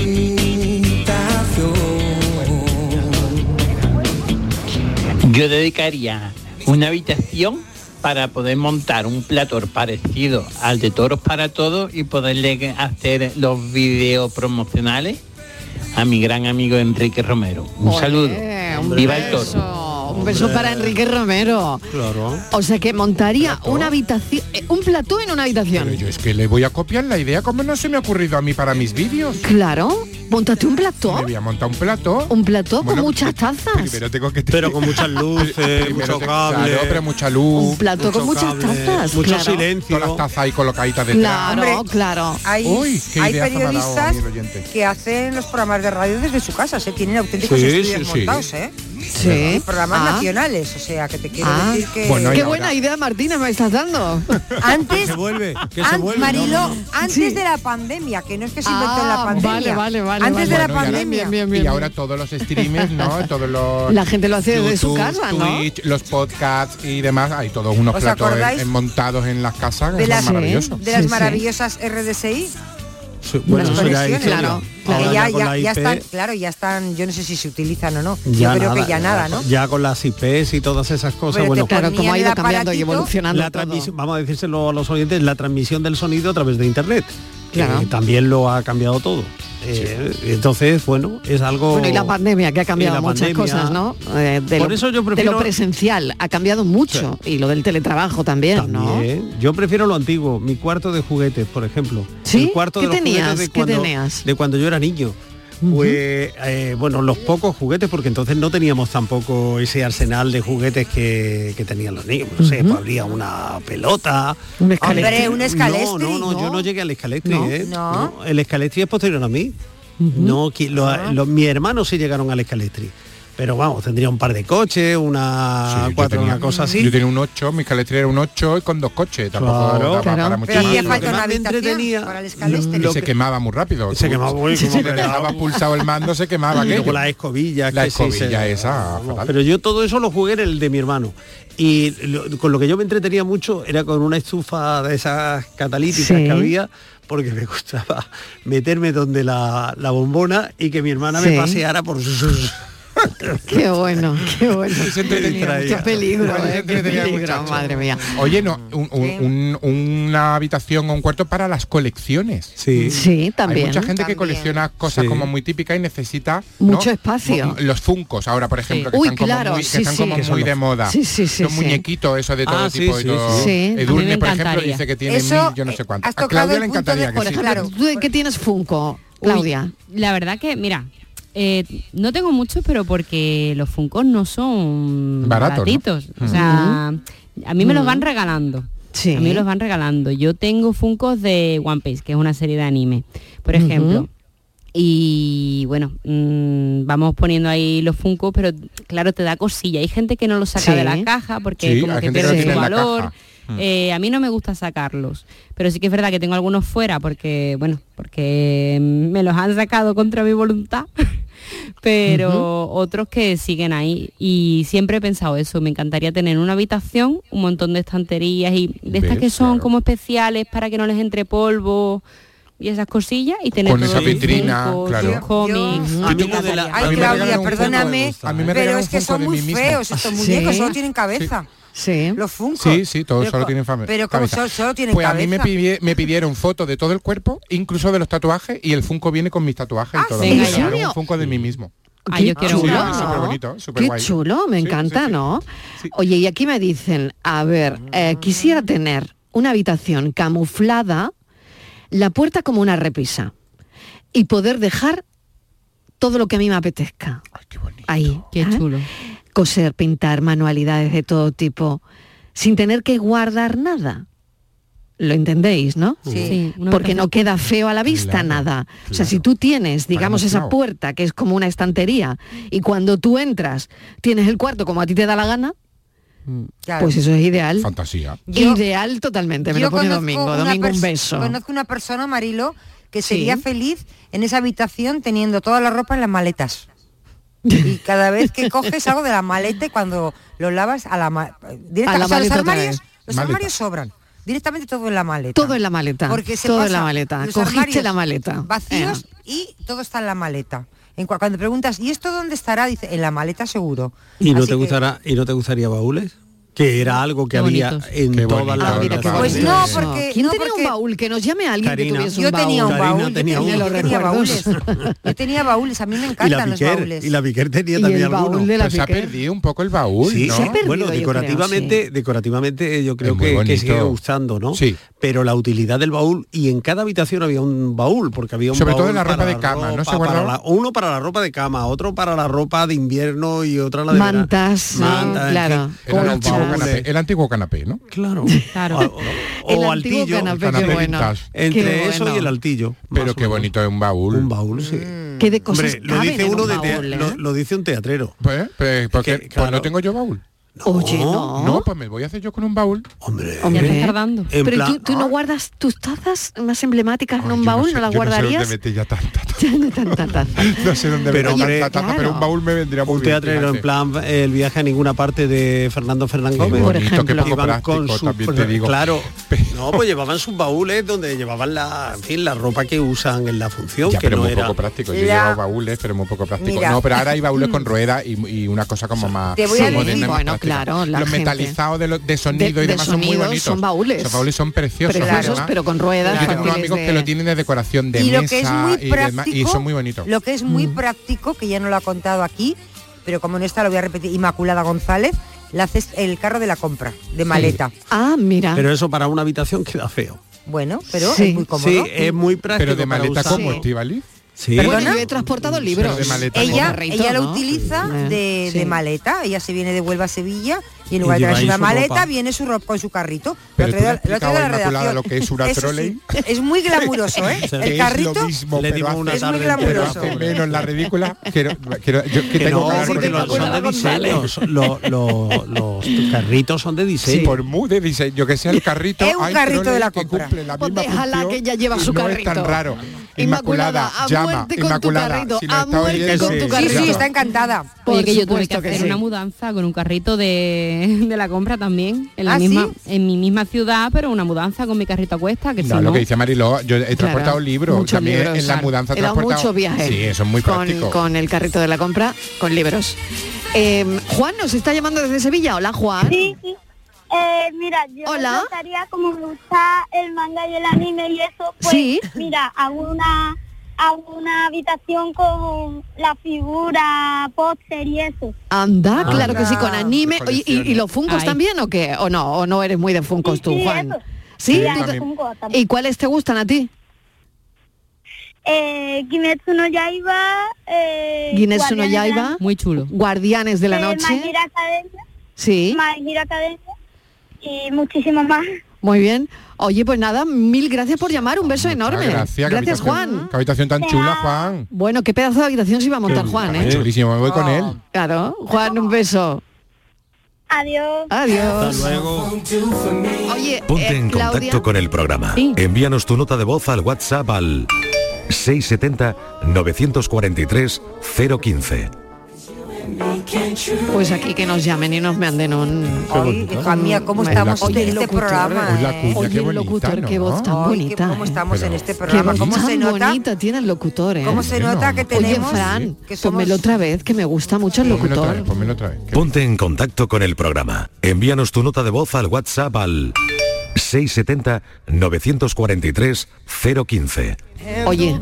Speaker 10: Yo dedicaría una habitación para poder montar un plato parecido al de Toros para Todos y poderle hacer los videos promocionales a mi gran amigo Enrique Romero. Un
Speaker 5: Olé,
Speaker 10: saludo.
Speaker 5: Eh, un
Speaker 10: Viva el
Speaker 5: beso,
Speaker 10: toro.
Speaker 5: Un beso para Enrique Romero.
Speaker 6: Claro.
Speaker 5: O sea que montaría una habitación, eh, un plató en una
Speaker 7: Pero
Speaker 5: habitación.
Speaker 7: yo es que le voy a copiar la idea, como no se me ha ocurrido a mí para mis vídeos.
Speaker 5: Claro, ¿Montaste un plató?
Speaker 7: Me voy a montar un plato.
Speaker 5: ¿Un plató
Speaker 7: Bueno,
Speaker 5: con muchas tazas?
Speaker 7: Primero tengo que Pero con muchas luces,
Speaker 6: mucho cable.
Speaker 7: pero mucha luz.
Speaker 5: Un plato con muchas tazas,
Speaker 7: Mucho
Speaker 5: claro.
Speaker 7: silencio. Todas las tazas ahí colocaditas detrás.
Speaker 5: Claro,
Speaker 7: Oh,
Speaker 5: claro.
Speaker 8: Hay,
Speaker 7: Uy, qué
Speaker 8: hay
Speaker 7: idea se me ha dado,
Speaker 8: periodistas
Speaker 7: amigo oyente.
Speaker 8: que hacen los programas de radio desde su casa, se tienen auténticos
Speaker 7: Sí,
Speaker 8: estudios
Speaker 7: sí, sí.
Speaker 8: montados, ¿eh?
Speaker 7: Sí.
Speaker 8: Y programas
Speaker 7: Ah.
Speaker 8: nacionales, o sea, que te quiero
Speaker 7: Ah.
Speaker 8: decir que...
Speaker 7: Bueno, y
Speaker 5: Qué
Speaker 7: ahora-
Speaker 5: buena idea, Martina, me estás dando.
Speaker 8: Antes,
Speaker 6: vuelve, que
Speaker 8: An-
Speaker 6: se vuelve.
Speaker 8: Marilo, antes de la pandemia, que no es que se inventó en la
Speaker 5: Ah,
Speaker 8: pandemia.
Speaker 5: vale, vale, vale,
Speaker 8: Antes
Speaker 5: vale.
Speaker 8: de la
Speaker 5: Bueno, y ahora-
Speaker 8: pandemia.
Speaker 5: Bien, bien, bien,
Speaker 7: y
Speaker 5: bien.
Speaker 7: ahora todos los streamers, ¿no? Todos los
Speaker 5: La gente lo hace desde su casa, ¿no?
Speaker 7: Twitch, los podcasts y demás, hay todos unos
Speaker 8: ¿Os
Speaker 7: platos en-
Speaker 8: acordáis
Speaker 7: en- montados en las casas,
Speaker 8: de
Speaker 7: es
Speaker 8: las,
Speaker 7: maravilloso.
Speaker 8: de las maravillosas RDSI.
Speaker 6: Bueno,
Speaker 8: las
Speaker 6: eso ya
Speaker 8: conexiones.
Speaker 6: hizo ya.
Speaker 8: claro,
Speaker 6: Ahora
Speaker 8: que ya,
Speaker 6: con
Speaker 8: ya,
Speaker 6: la
Speaker 8: ya
Speaker 6: IP,
Speaker 8: están, claro, ya están, yo no sé si se utilizan o no.
Speaker 6: ya
Speaker 8: yo creo
Speaker 6: nada,
Speaker 8: que ya nada, ¿no?
Speaker 6: Ya con las IPs y todas esas cosas.
Speaker 8: Pero te
Speaker 6: bueno,
Speaker 8: Claro, como ha ido ponían el cambiando y aparatito. evolucionando
Speaker 6: La
Speaker 8: todo.
Speaker 6: transmisión- Vamos a decírselo a los oyentes, la transmisión del sonido a través de internet.
Speaker 5: Claro.
Speaker 6: que también lo ha cambiado todo. Eh, Entonces, bueno, es algo.
Speaker 5: Bueno, y la pandemia, que ha
Speaker 6: Oh. y
Speaker 5: cambiado
Speaker 6: la
Speaker 5: muchas
Speaker 6: pandemia.
Speaker 5: cosas, ¿no? Eh, de,
Speaker 6: Por
Speaker 5: lo,
Speaker 6: eso yo
Speaker 5: de lo
Speaker 6: prefiero-
Speaker 5: presencial, ha cambiado mucho. Y lo del teletrabajo también, ¿no?
Speaker 6: Bien. Yo prefiero lo antiguo, mi cuarto de juguetes, por ejemplo.
Speaker 5: ¿Sí?
Speaker 6: El cuarto
Speaker 5: ¿Qué
Speaker 6: de los
Speaker 5: tenías?
Speaker 6: juguetes de
Speaker 5: ¿Qué
Speaker 6: cuando,
Speaker 5: tenías?
Speaker 6: de cuando yo era niño. Pues, eh, bueno, los pocos juguetes, porque entonces no teníamos tampoco ese arsenal de juguetes que, que tenían los niños. No sé, pues habría una pelota. Ah,
Speaker 5: Un
Speaker 8: escalestri. Hombre, un escalestri,
Speaker 6: No, no, no, yo
Speaker 8: ¿no?
Speaker 6: no llegué al escalestri,
Speaker 8: No.
Speaker 6: ¿eh?
Speaker 8: No.
Speaker 6: el escalestri es posterior a mí. No, qui- lo- lo- mi hermano sí llegaron al escalestri. Pero vamos, tendría un par de coches, una cuatro, una cosa así.
Speaker 7: Yo tenía un 8, mi calestri era un 8 y con dos coches, tampoco
Speaker 6: Claro.
Speaker 7: daba
Speaker 6: Claro.
Speaker 7: para mucho
Speaker 8: Pero
Speaker 7: más.
Speaker 8: hacía
Speaker 7: Lo
Speaker 8: falta
Speaker 7: que
Speaker 8: una
Speaker 7: más me
Speaker 8: habitación para el
Speaker 5: este
Speaker 8: escalestre.
Speaker 7: y se quemaba muy rápido.
Speaker 6: Se
Speaker 7: Tú-
Speaker 6: quemaba, uy,
Speaker 7: si
Speaker 6: como
Speaker 7: le dejabas
Speaker 6: pelado.
Speaker 7: pulsado el mando, se quemaba.
Speaker 6: Y
Speaker 7: aquello.
Speaker 6: luego las escobillas.
Speaker 7: La
Speaker 6: que sí
Speaker 7: escobilla
Speaker 6: se-
Speaker 7: esa.
Speaker 6: Vamos, pero yo todo eso lo jugué en el de mi hermano. Y lo- con lo que yo me entretenía mucho era con una estufa de esas catalíticas
Speaker 5: Sí.
Speaker 6: que había, porque me gustaba meterme donde la, la bombona y que mi hermana
Speaker 5: Sí.
Speaker 6: me paseara por sus...
Speaker 5: Qué bueno, qué bueno.
Speaker 7: entretenía.
Speaker 5: Qué peligro,
Speaker 7: Bueno, se
Speaker 5: eh, qué
Speaker 7: entretenía el
Speaker 5: peligro,
Speaker 7: muchacho.
Speaker 5: madre mía.
Speaker 7: Oye, no, un- un- un- una habitación o un cuarto para las colecciones.
Speaker 6: Sí,
Speaker 5: Sí, también.
Speaker 7: Hay mucha gente
Speaker 5: También.
Speaker 7: que colecciona cosas
Speaker 6: Sí.
Speaker 7: como muy típicas y necesita
Speaker 5: Mucho
Speaker 7: ¿no?
Speaker 5: espacio.
Speaker 7: Mo- Los funcos ahora, por ejemplo,
Speaker 5: Sí.
Speaker 7: que
Speaker 5: Uy,
Speaker 7: están
Speaker 5: claro,
Speaker 7: como muy, que
Speaker 5: sí,
Speaker 7: están como
Speaker 5: sí.
Speaker 7: muy de moda.
Speaker 5: Sí, sí, sí,
Speaker 7: Los
Speaker 5: sí.
Speaker 7: muñequitos, eso de todo
Speaker 6: Ah, sí,
Speaker 7: tipo. y
Speaker 6: sí,
Speaker 7: todo.
Speaker 6: sí. Sí, a mí
Speaker 7: Edurne,
Speaker 6: me
Speaker 7: por ejemplo,
Speaker 6: encantaría.
Speaker 7: dice que tiene
Speaker 9: Eso,
Speaker 7: mil, yo no sé
Speaker 5: eh,
Speaker 7: cuánto.
Speaker 9: has
Speaker 7: A
Speaker 9: tocado
Speaker 7: Claudia
Speaker 9: el
Speaker 7: le
Speaker 9: punto
Speaker 7: encantaría
Speaker 9: de-
Speaker 7: que
Speaker 5: Por
Speaker 7: sí.
Speaker 5: ejemplo, ¿tú en qué tienes Funko, Claudia?
Speaker 9: Uy, la verdad que, mira, eh, no tengo muchos, pero porque los Funcos no son
Speaker 7: Baratos, ¿no?
Speaker 9: baratitos. O sea, a mí me los van regalando.
Speaker 5: Sí.
Speaker 9: A mí me los van regalando. Yo tengo Funcos de One Piece, que es una serie de anime, por
Speaker 5: Ujú.
Speaker 9: ejemplo. Y bueno, mm, vamos poniendo ahí los funcos, pero claro, te da cosilla. Hay gente que no los saca
Speaker 5: Sí.
Speaker 9: de la caja porque
Speaker 7: Sí,
Speaker 9: como
Speaker 7: hay
Speaker 9: que
Speaker 7: gente que
Speaker 9: pierde
Speaker 7: lo
Speaker 9: su
Speaker 7: tiene en la
Speaker 9: valor.
Speaker 7: caja. Mm.
Speaker 9: Eh, a mí no me gusta sacarlos, pero sí que es verdad que tengo algunos fuera porque, bueno, porque me los han sacado contra mi voluntad, pero otros que siguen ahí. Y siempre he pensado eso, me encantaría tener una habitación, un montón de estanterías y de estas
Speaker 7: ¿Ves?
Speaker 9: que son
Speaker 7: Claro.
Speaker 9: como especiales para que no les entre polvo y esas cosillas y tener
Speaker 7: Con
Speaker 9: todo
Speaker 7: esa
Speaker 9: el
Speaker 7: vitrina,
Speaker 9: Funko,
Speaker 7: claro.
Speaker 9: tus cómics. ¿eh?
Speaker 7: Yo-
Speaker 9: A mí
Speaker 7: yo-
Speaker 9: me encantaría.
Speaker 7: a mí
Speaker 8: Ay,
Speaker 7: me
Speaker 8: Claudia,
Speaker 7: regalaron un Funko de-
Speaker 8: perdóname,
Speaker 7: a mí me
Speaker 8: pero
Speaker 7: regalaron
Speaker 8: es
Speaker 7: un
Speaker 8: que
Speaker 7: Funko
Speaker 8: son
Speaker 7: de mí
Speaker 8: muy
Speaker 7: mismo.
Speaker 8: feos estos muñecos, solo tienen cabeza.
Speaker 5: Sí.
Speaker 8: Los funcos.
Speaker 7: Sí, sí, todos solo tienen fama.
Speaker 8: Pero como solo, solo tienen
Speaker 7: Pues a
Speaker 8: cabeza.
Speaker 7: mí me, pidi- me pidieron fotos de todo el cuerpo, incluso de los tatuajes, y el Funko viene con mis tatuajes
Speaker 9: Ah,
Speaker 7: y todo.
Speaker 9: ¿sí?
Speaker 7: Me
Speaker 9: ¿En
Speaker 7: regalaron
Speaker 5: serio?
Speaker 7: un Funko de mí mismo.
Speaker 9: Ah,
Speaker 5: Qué
Speaker 9: yo quiero
Speaker 5: chulo,
Speaker 9: uno.
Speaker 5: ¿no?
Speaker 7: Súper bonito, súper
Speaker 5: Qué
Speaker 7: guay.
Speaker 5: chulo, me
Speaker 7: Sí,
Speaker 5: encanta,
Speaker 7: sí, sí.
Speaker 5: ¿no? Oye, y aquí me dicen, a ver, eh, quisiera tener una habitación camuflada, la puerta como una repisa y poder dejar todo lo que a mí me apetezca. Ahí.
Speaker 9: Qué
Speaker 5: ¿eh?
Speaker 9: chulo.
Speaker 5: Coser, pintar, manualidades de todo tipo, sin tener que guardar nada. Lo entendéis, ¿no?
Speaker 9: Sí. Sí, una
Speaker 5: Porque no
Speaker 9: habitación-
Speaker 5: queda feo a la vista nada. O sea, si tú tienes, digamos, esa
Speaker 7: mezclado.
Speaker 5: puerta que es como una estantería y cuando tú entras tienes el cuarto como a ti te da la gana,
Speaker 8: Claro.
Speaker 5: pues eso es ideal.
Speaker 7: Mm. Fantasía.
Speaker 8: Yo-
Speaker 5: ideal totalmente, me
Speaker 8: Yo
Speaker 5: lo pone
Speaker 8: conozco
Speaker 5: Domingo.
Speaker 8: una
Speaker 5: Domingo, un
Speaker 8: pers-
Speaker 5: beso.
Speaker 8: Conozco una persona, Marilo, que
Speaker 5: Sí.
Speaker 8: sería feliz en esa habitación teniendo toda la ropa en las maletas. Y cada vez que coges algo de la maleta y cuando lo lavas a la, ma- directa-
Speaker 5: A la
Speaker 8: o sea, los
Speaker 5: maleta otra
Speaker 8: armarios,
Speaker 5: vez.
Speaker 8: los
Speaker 7: Maleta.
Speaker 8: armarios sobran. Directamente todo en la maleta.
Speaker 5: Todo en la maleta.
Speaker 8: Porque se
Speaker 5: todo en
Speaker 8: pasa
Speaker 5: la maleta.
Speaker 8: los
Speaker 5: Cogiste
Speaker 8: armarios
Speaker 5: la maleta.
Speaker 8: Vacíos
Speaker 5: Eh,
Speaker 8: y todo está en la maleta. En cua- cuando preguntas, ¿y esto dónde estará? Dice, en la maleta seguro.
Speaker 6: ¿Y no
Speaker 8: Así
Speaker 6: te
Speaker 8: que-
Speaker 6: gustará y no te gustaría baúles? que era algo que
Speaker 5: Ah, Qué
Speaker 6: había
Speaker 5: bonitos.
Speaker 6: en
Speaker 7: Qué
Speaker 6: todas
Speaker 7: bonito.
Speaker 6: las
Speaker 7: Ah, mira, qué
Speaker 5: Pues
Speaker 6: partes.
Speaker 5: no, porque ¿quién tenía un baúl? Que nos llame a alguien
Speaker 6: Karina.
Speaker 5: que tuviese un
Speaker 6: Yo
Speaker 5: baúl.
Speaker 6: tenía un Karina baúl, yo tenía tenía-
Speaker 5: los
Speaker 6: yo tenía
Speaker 5: recuerdos.
Speaker 8: Yo tenía baúles, a mí me
Speaker 6: y la
Speaker 8: encantan los
Speaker 6: Piquer,
Speaker 8: baúles.
Speaker 6: y la Piquer tenía
Speaker 8: Y
Speaker 6: también
Speaker 8: el baúl
Speaker 6: algunos.
Speaker 8: de la Pues se ha Piquer.
Speaker 7: perdido un poco el baúl,
Speaker 6: Sí,
Speaker 7: ¿no?
Speaker 6: se ha perdido,
Speaker 7: yo
Speaker 6: bueno,
Speaker 7: creo,
Speaker 6: decorativamente, decorativamente eh, yo creo
Speaker 7: muy
Speaker 6: que, que sigue
Speaker 7: bonito.
Speaker 6: gustando, ¿no? Sí. Pero la utilidad del baúl y en cada habitación había un baúl porque había un
Speaker 7: Sobre todo
Speaker 6: baúl
Speaker 7: en la
Speaker 6: para
Speaker 7: ropa de cama, ¿no?
Speaker 6: ropa,
Speaker 7: Se
Speaker 6: para
Speaker 7: guardaba-
Speaker 6: la- uno para la ropa de cama, otro para la ropa de invierno y otra la de verano.
Speaker 5: Mantas,
Speaker 6: Mantas, en
Speaker 5: claro.
Speaker 6: fin,
Speaker 7: Era el
Speaker 6: los
Speaker 7: antiguo,
Speaker 6: baúles.
Speaker 7: canapé, el antiguo canapé, ¿no?
Speaker 6: Claro. Ah,
Speaker 5: El
Speaker 6: o
Speaker 5: antiguo
Speaker 6: altillo,
Speaker 5: canapé, qué bueno.
Speaker 7: vintage.
Speaker 5: Qué Entre eso bueno. Mm. y el
Speaker 6: altillo.
Speaker 7: Pero qué bonito es un baúl. Un
Speaker 6: baúl, sí.
Speaker 5: Qué de cosas
Speaker 6: Hombre, lo
Speaker 5: caben
Speaker 6: dice
Speaker 5: en
Speaker 6: uno
Speaker 5: un
Speaker 6: de
Speaker 5: baúl,
Speaker 6: tea-
Speaker 5: ¿eh?
Speaker 6: lo, lo dice un teatrero.
Speaker 7: Pues, pues, porque- pues no tengo yo baúl.
Speaker 5: Oye, no.
Speaker 7: No, pues me voy a hacer yo con un baúl.
Speaker 6: Hombre,
Speaker 5: Hombre.
Speaker 7: tardando. En
Speaker 5: Pero
Speaker 7: plan,
Speaker 5: tú, tú no guardas tus tazas más emblemáticas en un baúl, ¿no, las guardarías?
Speaker 7: ya tanta.
Speaker 5: Tanta taza.
Speaker 7: No sé dónde pero,
Speaker 6: Pero, hombre,
Speaker 7: pero un baúl me vendría muy
Speaker 6: Un
Speaker 7: bien.
Speaker 6: teatrero en
Speaker 7: fíjate.
Speaker 6: plan eh, el viaje a ninguna parte de Fernando Fernández Gómez.
Speaker 7: bonito, Por ejemplo. qué poco
Speaker 6: Iban con
Speaker 7: práctico,
Speaker 6: su-
Speaker 7: también te digo.
Speaker 6: Claro. No, pues llevaban sus baúles donde llevaban la, en fin, la ropa que usan en la función,
Speaker 7: Ya,
Speaker 6: que
Speaker 7: pero
Speaker 6: no
Speaker 7: muy
Speaker 6: era.
Speaker 7: poco práctico. Yo he
Speaker 6: La-
Speaker 7: llevado baúles, pero muy poco práctico.
Speaker 6: Mira.
Speaker 7: No, pero ahora hay baúles con ruedas y, y una cosa como más.
Speaker 5: Te voy a
Speaker 7: más moderna
Speaker 5: decir-
Speaker 7: y más
Speaker 5: Bueno,
Speaker 7: práctica.
Speaker 5: claro, la
Speaker 7: Los
Speaker 5: gente.
Speaker 7: metalizados de, lo- de sonido
Speaker 5: De-
Speaker 7: y
Speaker 5: de
Speaker 7: demás son muy
Speaker 5: sonido
Speaker 7: bonitos.
Speaker 5: son baúles.
Speaker 7: Los baúles son preciosos.
Speaker 5: Preciosos,
Speaker 7: además.
Speaker 5: pero con ruedas,
Speaker 7: Yo tengo unos
Speaker 5: fáciles
Speaker 7: amigos
Speaker 5: de-
Speaker 7: que lo tienen de decoración de
Speaker 8: y
Speaker 7: mesa
Speaker 8: lo que es muy
Speaker 7: y, demás,
Speaker 8: práctico,
Speaker 7: y son muy bonitos.
Speaker 8: Lo que es muy
Speaker 5: Mm.
Speaker 8: práctico, que ya no lo ha contado aquí, pero como no está lo voy a repetir, Inmaculada González, la haces el carro de la compra, de maleta.
Speaker 5: Ah, mira.
Speaker 6: Pero eso para una habitación queda feo.
Speaker 8: Bueno, pero es muy cómodo.
Speaker 6: Sí, es muy práctico.
Speaker 7: Pero de
Speaker 6: para
Speaker 7: maleta
Speaker 6: usar.
Speaker 7: como
Speaker 6: Sí.
Speaker 7: Estivali.
Speaker 6: Sí.
Speaker 5: Bueno, yo he transportado libros.
Speaker 7: de maleta
Speaker 8: Ella,
Speaker 5: Carrito,
Speaker 8: ella lo
Speaker 5: ¿no?
Speaker 8: utiliza
Speaker 5: Sí.
Speaker 8: de,
Speaker 5: Sí.
Speaker 8: de maleta, ella se viene de Huelva a Sevilla y en
Speaker 7: Y
Speaker 8: lugar de
Speaker 7: lleva
Speaker 8: traerse
Speaker 7: ahí
Speaker 8: una
Speaker 7: su
Speaker 8: maleta
Speaker 7: ropa.
Speaker 8: viene su ropa con su carrito.
Speaker 7: Pero
Speaker 8: Lo
Speaker 7: tú le
Speaker 8: trae-
Speaker 7: has
Speaker 8: lo trae
Speaker 7: explicado
Speaker 8: de la
Speaker 7: a Inmaculada
Speaker 8: redacción.
Speaker 7: lo que es una
Speaker 8: Eso sí,
Speaker 7: trolley.
Speaker 8: es muy glamuroso, ¿eh?
Speaker 7: Que
Speaker 8: el
Speaker 7: es
Speaker 8: carrito
Speaker 7: lo mismo,
Speaker 6: Le
Speaker 7: pero
Speaker 6: dimos
Speaker 7: hace-
Speaker 6: una
Speaker 7: es
Speaker 6: tarde
Speaker 7: muy glamuroso.
Speaker 6: entera.
Speaker 7: Hace menos la ridícula. Quiero, quiero- yo, que
Speaker 6: Que
Speaker 7: tengo
Speaker 6: no,
Speaker 7: que hablar porque
Speaker 6: porque los,
Speaker 7: no-
Speaker 6: son de diseño, son- lo- lo- los carritos son de diseño.
Speaker 7: Sí, por muy de diseño que sea el carrito,
Speaker 6: Es un
Speaker 7: hay
Speaker 6: carrito de
Speaker 7: troles
Speaker 6: la
Speaker 7: que
Speaker 6: compra.
Speaker 7: cumplen la
Speaker 6: Pues
Speaker 7: misma
Speaker 6: déjala
Speaker 7: función
Speaker 6: que ella lleva
Speaker 7: y
Speaker 6: su
Speaker 7: No es
Speaker 6: carrito.
Speaker 7: tan raro.
Speaker 6: Inmaculada,
Speaker 7: Inmaculada,
Speaker 6: a
Speaker 7: llama,
Speaker 6: muerte con tu
Speaker 7: Inmaculada.
Speaker 6: carrito,
Speaker 7: si nos
Speaker 6: a
Speaker 7: está
Speaker 6: muerte
Speaker 7: oyendo,
Speaker 6: con tu
Speaker 7: llama.
Speaker 8: Sí, sí, está encantada.
Speaker 9: Oye, que yo tuve que hacer una mudanza con un carrito de, de la compra también, en la
Speaker 8: ¿Ah, sí?
Speaker 9: misma, en mi misma ciudad, pero una mudanza con mi carrito a cuesta, que si
Speaker 7: No, lo
Speaker 9: no-
Speaker 7: que dice Mariló, yo he transportado libros,
Speaker 9: muchos
Speaker 7: también
Speaker 9: libros,
Speaker 7: en la
Speaker 9: claro.
Speaker 7: mudanza
Speaker 5: He dado
Speaker 7: transportado.
Speaker 5: muchos viajes.
Speaker 7: Sí, eso es muy
Speaker 5: con,
Speaker 7: práctico.
Speaker 5: Con el carrito de la compra, con libros. Eh, Juan nos está llamando desde Sevilla. Hola, Juan. Sí.
Speaker 14: Eh, mira, yo
Speaker 5: Hola.
Speaker 14: me gustaría como me gusta el manga y el anime y eso, pues
Speaker 5: Sí.
Speaker 14: mira, hago una, hago una habitación con la figura, póster y eso.
Speaker 5: Anda,
Speaker 14: Anda,
Speaker 5: claro que sí, con
Speaker 14: qué
Speaker 5: anime. Oye, ¿Y, y, los Funcos
Speaker 14: Ay.
Speaker 5: también o qué? ¿O no? ¿O no eres muy de Funcos tú,
Speaker 14: sí,
Speaker 5: Juan?
Speaker 14: eso.
Speaker 5: ¿Sí?
Speaker 14: Sí,
Speaker 5: ¿Tú
Speaker 14: yo
Speaker 5: te-
Speaker 14: Funko también.
Speaker 5: ¿Y cuáles te gustan a ti?
Speaker 14: Eh, Kimetsu no Yaiba, eh,
Speaker 5: Guinness no
Speaker 14: Guardianes de la-
Speaker 5: Yaiba. Muy chulo. Guardianes de la
Speaker 14: eh,
Speaker 5: Noche.
Speaker 14: My Hero Academia,
Speaker 5: Sí.
Speaker 14: My Hero Academia y muchísimos más.
Speaker 5: Muy bien. Oye, pues nada, mil gracias por llamar. Un beso enorme.
Speaker 7: Gracias, qué habitación-
Speaker 5: Juan.
Speaker 7: Qué habitación tan chula, Juan.
Speaker 5: Bueno, qué pedazo de habitación se iba a montar Juan, ¿eh?
Speaker 7: Chulísimo, me voy con él.
Speaker 5: Claro. Juan, un beso.
Speaker 14: Adiós.
Speaker 5: Adiós.
Speaker 15: Hasta
Speaker 5: Oye,
Speaker 15: Ponte
Speaker 5: eh,
Speaker 15: en
Speaker 5: Claudia,
Speaker 15: contacto con el programa.
Speaker 5: Sí.
Speaker 15: Envíanos tu nota de voz al WhatsApp al 670-943-015.
Speaker 5: Pues aquí que nos llamen y nos manden un...
Speaker 8: Ay, hija mía, ¿cómo estamos
Speaker 5: Oye,
Speaker 8: en
Speaker 5: el
Speaker 8: este
Speaker 5: locutor,
Speaker 8: programa?
Speaker 5: Oye,
Speaker 8: eh?
Speaker 5: el locutor, qué voz tan
Speaker 8: Ay, qué-
Speaker 5: bonita.
Speaker 8: ¿Cómo
Speaker 5: eh.
Speaker 8: estamos en este
Speaker 5: Qué
Speaker 8: programa?
Speaker 5: voz
Speaker 8: ¿Cómo
Speaker 5: tan
Speaker 8: se nota?
Speaker 5: bonita tiene el locutor, ¿eh?
Speaker 8: ¿Cómo se nota que tenemos?
Speaker 5: Oye, Fran,
Speaker 8: que somos-
Speaker 5: pónmelo otra vez, que me gusta mucho el locutor.
Speaker 7: Pues
Speaker 15: Ponte en contacto con el programa. Envíanos tu nota de voz al WhatsApp al 670-943-015.
Speaker 5: Oye,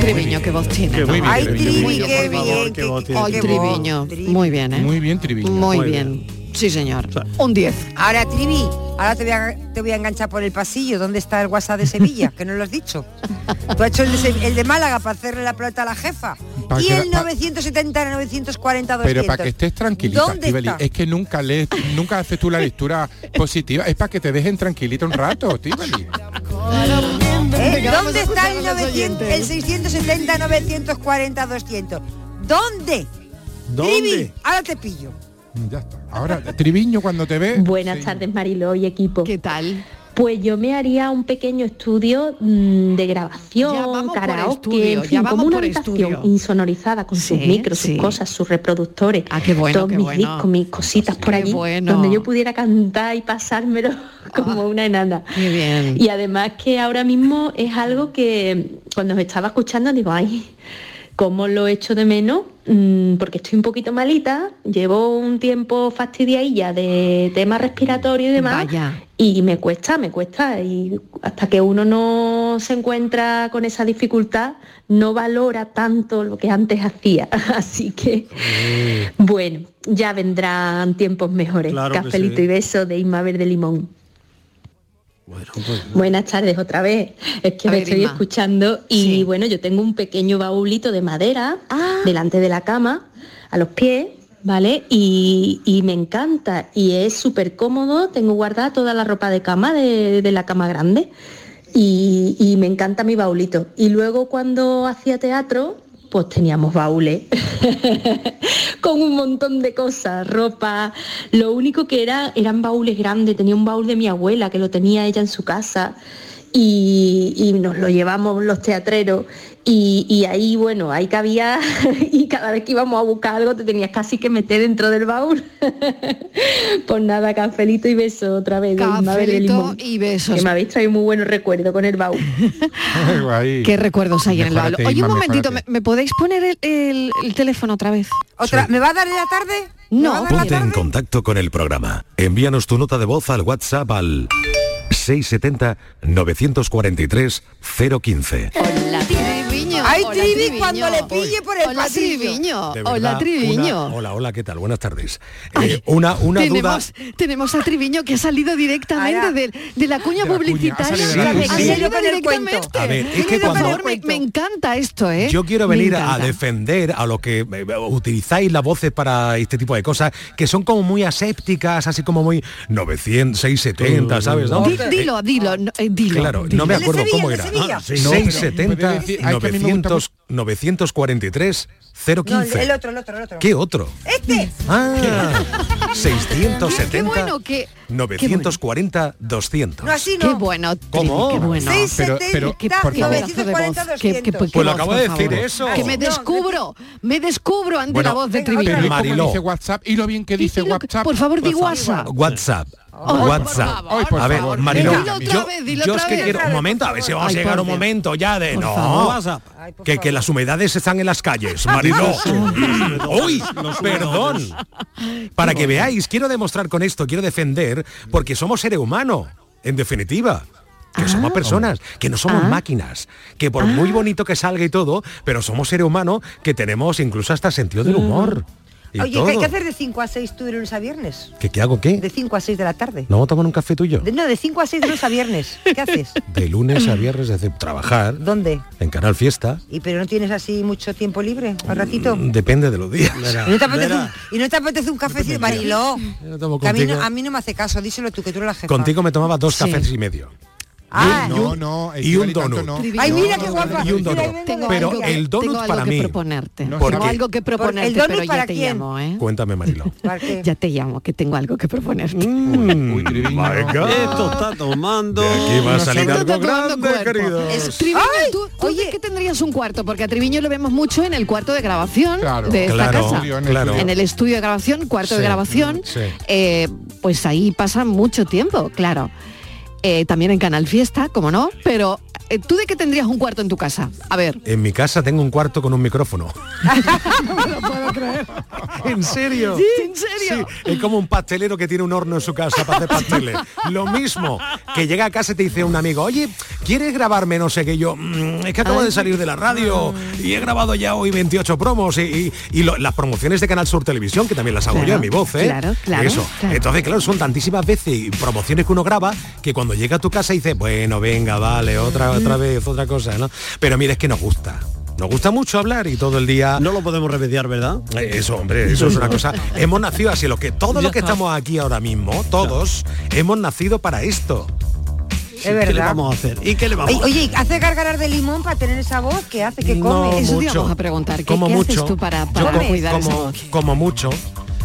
Speaker 5: Triviño, qué voz tiene. ¿no?
Speaker 15: muy bien, Ay, Triviño, Trivi, muy bien.
Speaker 5: Por
Speaker 15: qué
Speaker 5: favor,
Speaker 15: bien,
Speaker 5: qué
Speaker 15: qué-
Speaker 5: voz
Speaker 15: qué-
Speaker 5: tiene. Ay,
Speaker 15: qué
Speaker 5: Triviño, muy bien, ¿eh?
Speaker 7: Muy bien, Triviño.
Speaker 5: Muy bien. Sí, señor. Un 10.
Speaker 8: Ahora, Trivi, ahora te voy, a, te voy a enganchar por el pasillo. ¿Dónde está el WhatsApp de Sevilla? Que no lo has dicho. Tú has hecho el de, Se- el de Málaga para hacerle la pelota a la jefa.
Speaker 7: Pa'
Speaker 8: y
Speaker 7: que-
Speaker 8: el
Speaker 7: pa-
Speaker 8: 970, 940, 200.
Speaker 7: Pero para que estés tranquilita,
Speaker 8: ¿Dónde
Speaker 7: Estivali,
Speaker 8: está?
Speaker 7: es que nunca lees, nunca haces tú la lectura positiva, es para que te dejen tranquilita un rato, Estivali.
Speaker 8: ¿Eh?
Speaker 5: Venga, vamos
Speaker 8: ¿Dónde
Speaker 5: a
Speaker 8: está
Speaker 5: escuchar
Speaker 8: el,
Speaker 5: a los
Speaker 8: 900, el 670, 940, 200? ¿Dónde? Trivi, ahora te pillo.
Speaker 7: Mm, Ya está. Ahora, Triviño, cuando te ve.
Speaker 16: Buenas tardes, Mariló y equipo.
Speaker 5: ¿Qué tal?
Speaker 16: Pues yo me haría un pequeño estudio mm, de grabación,
Speaker 5: Ya vamos por
Speaker 16: karaoke,
Speaker 5: estudio,
Speaker 16: en
Speaker 5: ya
Speaker 16: fin,
Speaker 5: vamos
Speaker 16: como una
Speaker 5: por
Speaker 16: habitación
Speaker 5: estudio.
Speaker 16: insonorizada con sus
Speaker 5: Sí,
Speaker 16: micros,
Speaker 5: sí.
Speaker 16: sus cosas, sus reproductores,
Speaker 9: Ah,
Speaker 5: bueno,
Speaker 16: todos
Speaker 5: qué
Speaker 16: mis
Speaker 5: bueno.
Speaker 16: discos, mis cositas por allí, donde yo pudiera cantar y pasármelo como una enana.
Speaker 5: Ah, Muy bien.
Speaker 16: Y además que ahora mismo es algo que cuando os estaba escuchando digo, ay, ¿Cómo lo echo de menos? Mm, Porque estoy un poquito malita, llevo un tiempo fastidiadilla de temas respiratorios y demás. Y me cuesta, me cuesta. Y hasta que uno no se encuentra con esa dificultad, no valora tanto lo que antes hacía. Así que, bueno, ya vendrán tiempos mejores.
Speaker 6: Claro que
Speaker 16: Cafelito
Speaker 6: sí.
Speaker 16: y beso de Isma Verde Limón. Buenas tardes otra vez. Es que
Speaker 5: A
Speaker 16: me
Speaker 5: ver,
Speaker 16: estoy
Speaker 5: Inma.
Speaker 16: escuchando y bueno, yo tengo un pequeño baulito de madera
Speaker 5: Ah.
Speaker 16: delante de la cama, a los pies, ¿vale? Y, y me encanta y es súper cómodo. Tengo guardada toda la ropa de cama de, de la cama grande y, y me encanta mi baulito. Y luego cuando hacía teatro, pues teníamos baúles con un montón de cosas, ropa. Lo único que era eran baúles grandes. Tenía un baúl de mi abuela que lo tenía ella en su casa y, y nos lo llevamos los teatreros. Y, y ahí, bueno, ahí cabía y cada vez que íbamos a buscar algo te tenías casi que meter dentro del baúl. pues nada, cafelito y beso otra vez. de Ismabel de
Speaker 5: Cafelito
Speaker 16: Limón,
Speaker 5: y besos.
Speaker 16: Que me habéis traído muy buenos recuerdos con el baúl.
Speaker 5: Qué recuerdos hay en el baúl.
Speaker 16: Mejórate,
Speaker 5: Oye, un
Speaker 16: Inma,
Speaker 5: momentito, ¿me, me podéis poner el, el- el teléfono otra vez?
Speaker 8: ¿Otra? ¿Me va a dar la tarde?
Speaker 5: No.
Speaker 11: Ponte en contacto con el programa. Envíanos tu nota de voz al WhatsApp al 670-943-015.
Speaker 5: Hola, Triviño.
Speaker 8: Ay,
Speaker 5: hola,
Speaker 8: Trivi, cuando le pille por el
Speaker 5: Hola,
Speaker 8: pasillo.
Speaker 5: Triviño.
Speaker 11: De
Speaker 5: Oh, Hola,
Speaker 11: verdad,
Speaker 5: Triviño.
Speaker 11: una- hola, hola, ¿qué tal? Buenas tardes. Eh, una una duda.
Speaker 5: tenemos, tenemos a Triviño que ha salido directamente del- de, la cuña
Speaker 11: De la cuña,
Speaker 5: publicitaria.
Speaker 11: ha salido de la
Speaker 5: Ha
Speaker 11: cuña.
Speaker 5: salido
Speaker 11: Ha salido con el cuento.
Speaker 5: directamente.
Speaker 11: A ver, es
Speaker 5: Venid,
Speaker 11: que
Speaker 5: por
Speaker 11: cuando-
Speaker 5: favor, me, me encanta esto, ¿eh?
Speaker 11: Yo quiero
Speaker 5: Me
Speaker 11: venir a
Speaker 5: encanta.
Speaker 11: defender a los que eh, utilizáis las voces para este tipo de cosas, que son como muy asépticas, así como muy 900, 670, ¿sabes? no?
Speaker 5: Di- Dilo, dilo, no, eh, dilo.
Speaker 11: Claro,
Speaker 5: dilo.
Speaker 11: no me acuerdo cómo era. Ah, sí,
Speaker 5: No, pero-
Speaker 11: 670
Speaker 5: puede decir-
Speaker 8: ay, que a mí me gusta
Speaker 11: 900 943 015.
Speaker 8: No, el, el otro, el otro, el otro.
Speaker 11: ¿Qué otro?
Speaker 8: ¡Este!
Speaker 11: Ah, 670
Speaker 5: Qué bueno que...
Speaker 11: 940 200.
Speaker 8: No, así no.
Speaker 5: Qué bueno,
Speaker 11: ¿Cómo?
Speaker 5: Qué bueno.
Speaker 11: Pero- pero,
Speaker 5: qué,
Speaker 11: por
Speaker 5: qué
Speaker 11: favor.
Speaker 5: pedazo de voz. Qué- qué- qué
Speaker 11: Pues
Speaker 5: voz,
Speaker 11: lo acabo
Speaker 5: por
Speaker 11: de decir
Speaker 5: favor.
Speaker 11: eso.
Speaker 5: Que me
Speaker 11: No,
Speaker 5: descubro, me descubro ante la voz de
Speaker 7: pero ¿y
Speaker 5: Triviño.
Speaker 7: cómo dice WhatsApp y lo bien que dice WhatsApp.
Speaker 5: por favor, di WhatsApp.
Speaker 11: WhatsApp.
Speaker 5: Oh,
Speaker 11: WhatsApp.
Speaker 5: por favor. Ay, por
Speaker 11: a ver,
Speaker 5: favor.
Speaker 11: Mariló,
Speaker 5: Venga. Dilo otra
Speaker 11: yo,
Speaker 5: vez, dilo
Speaker 11: yo
Speaker 5: otra
Speaker 11: es que
Speaker 5: vez.
Speaker 11: quiero un momento, a ver si vamos
Speaker 5: Ay,
Speaker 11: a llegar
Speaker 5: por
Speaker 11: un
Speaker 5: Dios.
Speaker 11: momento ya de
Speaker 5: Por
Speaker 11: no.
Speaker 5: favor.
Speaker 11: WhatsApp. Que, que las humedades están en las calles, Mariló. Uy, perdón. Para que veáis, quiero demostrar con esto, quiero defender, porque somos seres humanos, en definitiva. Que
Speaker 8: Ah.
Speaker 11: somos personas, que no somos máquinas, que por muy bonito que salga y todo, pero somos seres humanos que tenemos incluso hasta sentido del humor. Y
Speaker 8: Mm. Oye,
Speaker 11: todo.
Speaker 8: que hay que hacer de 5 a 6 tú de lunes a viernes.
Speaker 11: ¿Que qué hago qué?
Speaker 8: De 5 a 6 de la tarde.
Speaker 11: ¿No vamos a tomar un café tuyo?
Speaker 8: De- no, de 5 a 6 de lunes a viernes. ¿Qué haces?
Speaker 11: De lunes a viernes, desde trabajar,
Speaker 8: ¿Dónde?
Speaker 11: en Canal Fiesta, Mm,
Speaker 8: ¿Y pero no tienes así mucho tiempo libre? ¿Un ratito?
Speaker 11: depende de los días.
Speaker 8: ¿Y no, te apetece un, y no te apetece un cafecito? Mariló.
Speaker 11: Yo no tomo
Speaker 8: Que a, mí no,
Speaker 11: contigo.
Speaker 8: a mí no me hace caso, díselo tú, que tú eres la jefa.
Speaker 11: Contigo me tomaba dos cafés y medio.
Speaker 8: Ah,
Speaker 11: Y un- y un donut.
Speaker 8: Ay, mira qué guapa.
Speaker 11: Y un
Speaker 8: Mira, ahí
Speaker 11: donut.
Speaker 8: vengo yo.
Speaker 11: Pero
Speaker 5: algo que-
Speaker 11: el
Speaker 5: tengo
Speaker 11: donut
Speaker 5: algo
Speaker 11: para
Speaker 5: que
Speaker 11: mí.
Speaker 5: proponerte.
Speaker 11: No
Speaker 5: Tengo
Speaker 11: sé.
Speaker 5: algo que proponerte,
Speaker 8: donut
Speaker 5: pero
Speaker 8: para
Speaker 5: ya te
Speaker 8: quién?
Speaker 5: llamo, ¿eh?
Speaker 11: Cuéntame, Marilo.
Speaker 5: Ya te llamo, que tengo algo que proponerte.
Speaker 11: Mm.
Speaker 6: Esto está tomando.
Speaker 11: aquí va a salir
Speaker 5: Esto está
Speaker 11: algo
Speaker 5: tomando
Speaker 11: grande,
Speaker 5: cuerpo.
Speaker 11: querido.
Speaker 5: Es- Triviño, tú, tú dices que tendrías un cuarto, porque a Triviño lo vemos mucho en el cuarto de grabación de esta
Speaker 11: claro,
Speaker 5: casa.
Speaker 11: claro.
Speaker 5: En el estudio de grabación, cuarto de
Speaker 11: Sí,
Speaker 5: grabación,
Speaker 11: sí.
Speaker 5: eh, pues ahí pasa mucho tiempo, claro. Eh, también en Canal Fiesta, como no, pero eh, ¿tú de qué tendrías un cuarto en tu casa? A ver.
Speaker 11: En mi casa tengo un cuarto con un micrófono. ¿En serio?
Speaker 5: Sí, en serio.
Speaker 11: Sí, es como un pastelero que tiene un horno en su casa para hacer pasteles. Lo mismo, que llega a casa y te dice un amigo, oye, ¿quieres grabarme no sé qué? Y Yo, "Mm, es que acabo de salir de la radio y he grabado ya hoy 28 promos y, y- y lo- las promociones de Canal Sur Televisión, que también las hago
Speaker 5: Claro,
Speaker 11: yo en mi voz, ¿eh?
Speaker 5: claro, claro,
Speaker 11: Eso.
Speaker 5: claro.
Speaker 11: Entonces, claro, son tantísimas veces y promociones que uno graba que cuando llega a tu casa dices, bueno, venga, vale, otra, otra vez, otra cosa, ¿no? Pero mira, es que nos gusta. Nos gusta mucho hablar y todo el día... No
Speaker 6: lo podemos remediar, ¿verdad?
Speaker 11: ¿eh? Eso, hombre, eso es una cosa... Hemos nacido así, lo que todos los que estamos aquí ahora mismo, todos, hemos nacido para esto.
Speaker 8: Es verdad.
Speaker 6: ¿Qué le vamos a hacer? ¿Y qué le vamos
Speaker 8: Oye,
Speaker 6: a hacer?
Speaker 8: oye, ¿hace gargaras de limón para tener esa voz? ¿Qué hace? ¿Qué
Speaker 11: No,
Speaker 8: come?
Speaker 5: Eso te
Speaker 11: mucho.
Speaker 5: íbamos a preguntar. ¿Qué,
Speaker 11: como
Speaker 5: qué
Speaker 11: mucho.
Speaker 5: haces tú para,
Speaker 11: Yo
Speaker 5: para
Speaker 11: como,
Speaker 5: cuidar esa
Speaker 11: como-
Speaker 5: voz?
Speaker 11: como mucho,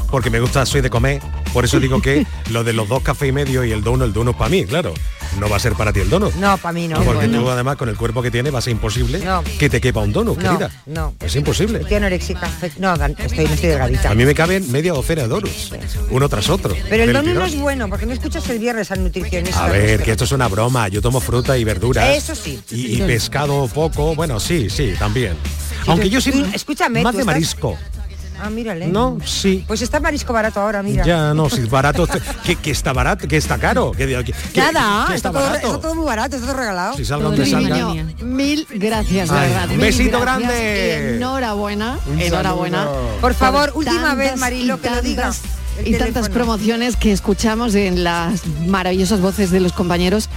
Speaker 11: porque me gusta, soy de comer. Por eso digo que lo de los dos cafés y medio y el dono, el dono es para mí, claro. No va a ser para ti el dono.
Speaker 8: No, para mí no.
Speaker 11: porque
Speaker 8: no,
Speaker 11: tú además con el cuerpo que tienes va a ser imposible
Speaker 8: No.
Speaker 11: que te quepa un dono,
Speaker 8: no,
Speaker 11: querida.
Speaker 8: no.
Speaker 11: Es imposible.
Speaker 8: Estoy anoréxica. No, gan- estoy, no estoy delgadita.
Speaker 11: A mí me caben media docena de donos, uno tras otro.
Speaker 8: Pero
Speaker 11: del
Speaker 8: el donut no
Speaker 11: tirón.
Speaker 8: es bueno, porque no escuchas el viernes al nutricionista.
Speaker 11: A ver, que esto es una broma. Yo tomo fruta y verduras.
Speaker 8: Eso sí.
Speaker 11: Y, y pescado poco. Bueno, sí, sí, también. Aunque yo soy
Speaker 8: Tú, escúchame,
Speaker 11: más
Speaker 8: tú
Speaker 11: de
Speaker 8: estás-
Speaker 11: marisco.
Speaker 8: Ah, mírale.
Speaker 11: No, sí.
Speaker 8: Pues está marisco barato ahora, mira.
Speaker 11: Ya, no, si es barato, este, que, que está barato, que está caro. Que, que- que-
Speaker 8: Nada,
Speaker 11: que
Speaker 8: está,
Speaker 11: está
Speaker 8: todo,
Speaker 11: barato.
Speaker 8: está todo muy barato, está todo regalado.
Speaker 11: Si salga donde salga.
Speaker 5: Mil gracias, de
Speaker 11: Ay,
Speaker 5: verdad.
Speaker 11: un
Speaker 5: mil
Speaker 11: besito
Speaker 5: gracias
Speaker 11: grande.
Speaker 5: y enhorabuena,
Speaker 11: Un
Speaker 5: enhorabuena.
Speaker 11: saludo.
Speaker 8: Por favor, última vez,
Speaker 5: tantas
Speaker 8: Marilo,
Speaker 5: y
Speaker 8: que lo diga.
Speaker 5: tantas-
Speaker 8: El
Speaker 5: Y tantas
Speaker 8: teléfono.
Speaker 5: promociones que escuchamos en las maravillosas voces de los compañeros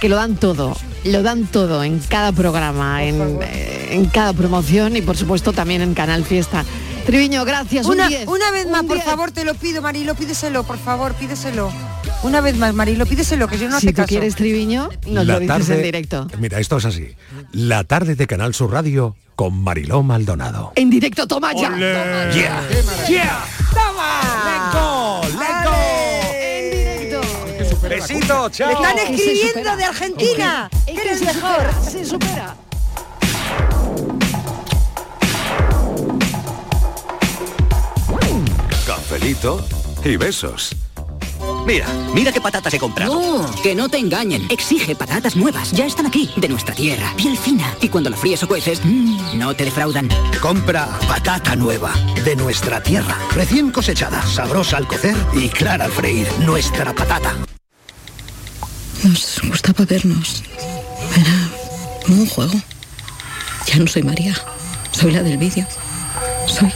Speaker 5: que lo dan todo, lo dan todo en cada programa, en, eh, en cada promoción y por supuesto también en Canal Fiesta. Triviño, gracias. un
Speaker 8: Una,
Speaker 5: 10.
Speaker 8: una vez más, por favor, te lo pido, Marilo, pídeselo, por favor, pídeselo. Una vez más, Marilo, pídeselo, que yo no
Speaker 5: Si
Speaker 8: te
Speaker 5: tú
Speaker 8: caso.
Speaker 5: quieres Triviño, nos
Speaker 11: La
Speaker 5: lo dices
Speaker 11: tarde-
Speaker 5: en directo.
Speaker 11: Mira, esto es así. La tarde de Canal Sur Radio con Mariló Maldonado.
Speaker 5: En directo, toma ya. Toma ya.
Speaker 11: Yeah.
Speaker 15: Yeah.
Speaker 11: ¡Toma! ¡Leco! Besito, chao.
Speaker 8: Me están
Speaker 5: se
Speaker 8: escribiendo
Speaker 5: supera.
Speaker 8: de Argentina.
Speaker 5: Es que- es que
Speaker 8: Eres
Speaker 5: se
Speaker 8: mejor.
Speaker 5: supera, se supera.
Speaker 17: Cafelito y besos.
Speaker 18: Mira, mira qué patatas he comprado.
Speaker 10: No, que no te engañen. Exige patatas nuevas. Ya están aquí, de nuestra tierra. Piel fina. Y cuando la fríes o cueces, mm, no te defraudan.
Speaker 19: Compra patata nueva de nuestra tierra, recién cosechada, sabrosa al cocer y clara al freír. Nuestra patata.
Speaker 20: Nos gustaba vernos. Era como un juego. Ya no soy María. Soy la del vídeo. Soy.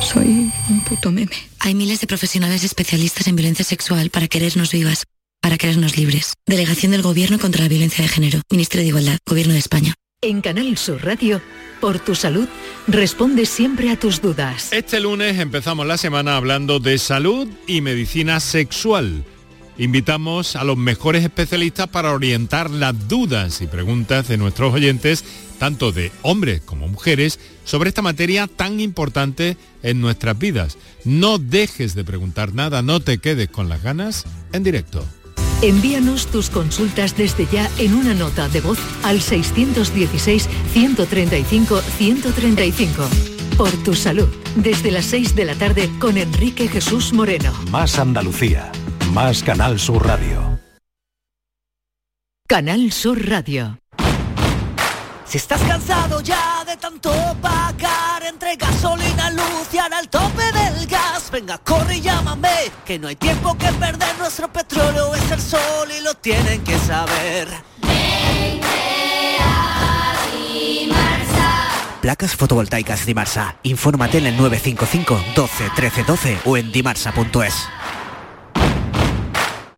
Speaker 20: Soy un puto meme.
Speaker 21: Hay miles de profesionales especialistas en violencia sexual para querernos vivas, para querernos libres. Delegación del Gobierno contra la Violencia de Género. Ministerio de Igualdad. Gobierno de España.
Speaker 22: En Canal Sur Radio, por tu salud, responde siempre a tus dudas.
Speaker 23: Este lunes empezamos la semana hablando de salud y medicina sexual. Invitamos a los mejores especialistas para orientar las dudas y preguntas de nuestros oyentes, tanto de hombres como mujeres, sobre esta materia tan importante en nuestras vidas. No dejes de preguntar nada, no te quedes con las ganas en directo.
Speaker 22: Envíanos tus consultas desde ya en una nota de voz al 616-135-135. Por tu salud, desde las 6 de la tarde con Enrique Jesús Moreno.
Speaker 17: Más Andalucía. Más Canal Sur Radio.
Speaker 22: Canal Sur Radio.
Speaker 1: Si estás cansado ya de tanto pagar entre gasolina, luz y ahora el tope del gas, venga, corre y llámame, que no hay tiempo que perder, nuestro petróleo es el sol y lo tienen que saber.
Speaker 24: Placas fotovoltaicas Dimarsa. Infórmate en el 955 12 13 12 o en dimarsa.es.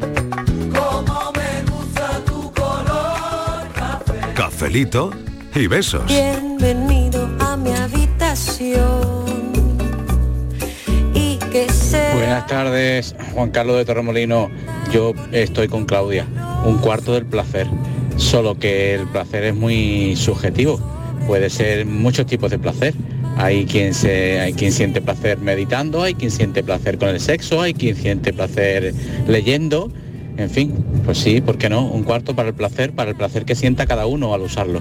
Speaker 15: Como me gusta tu color.
Speaker 17: Cafelito y besos.
Speaker 4: Bienvenido a mi habitación. Y que sea
Speaker 25: Buenas tardes, Juan Carlos de Torremolino. Yo estoy con Claudia. Un cuarto del placer. Solo que el placer es muy subjetivo. Puede ser muchos tipos de placer. Hay quien, se, hay quien siente placer meditando, hay quien siente placer con el sexo, hay quien siente placer leyendo. En fin, pues sí, ¿por qué no? Un cuarto para el placer, para el placer que sienta cada uno al usarlo.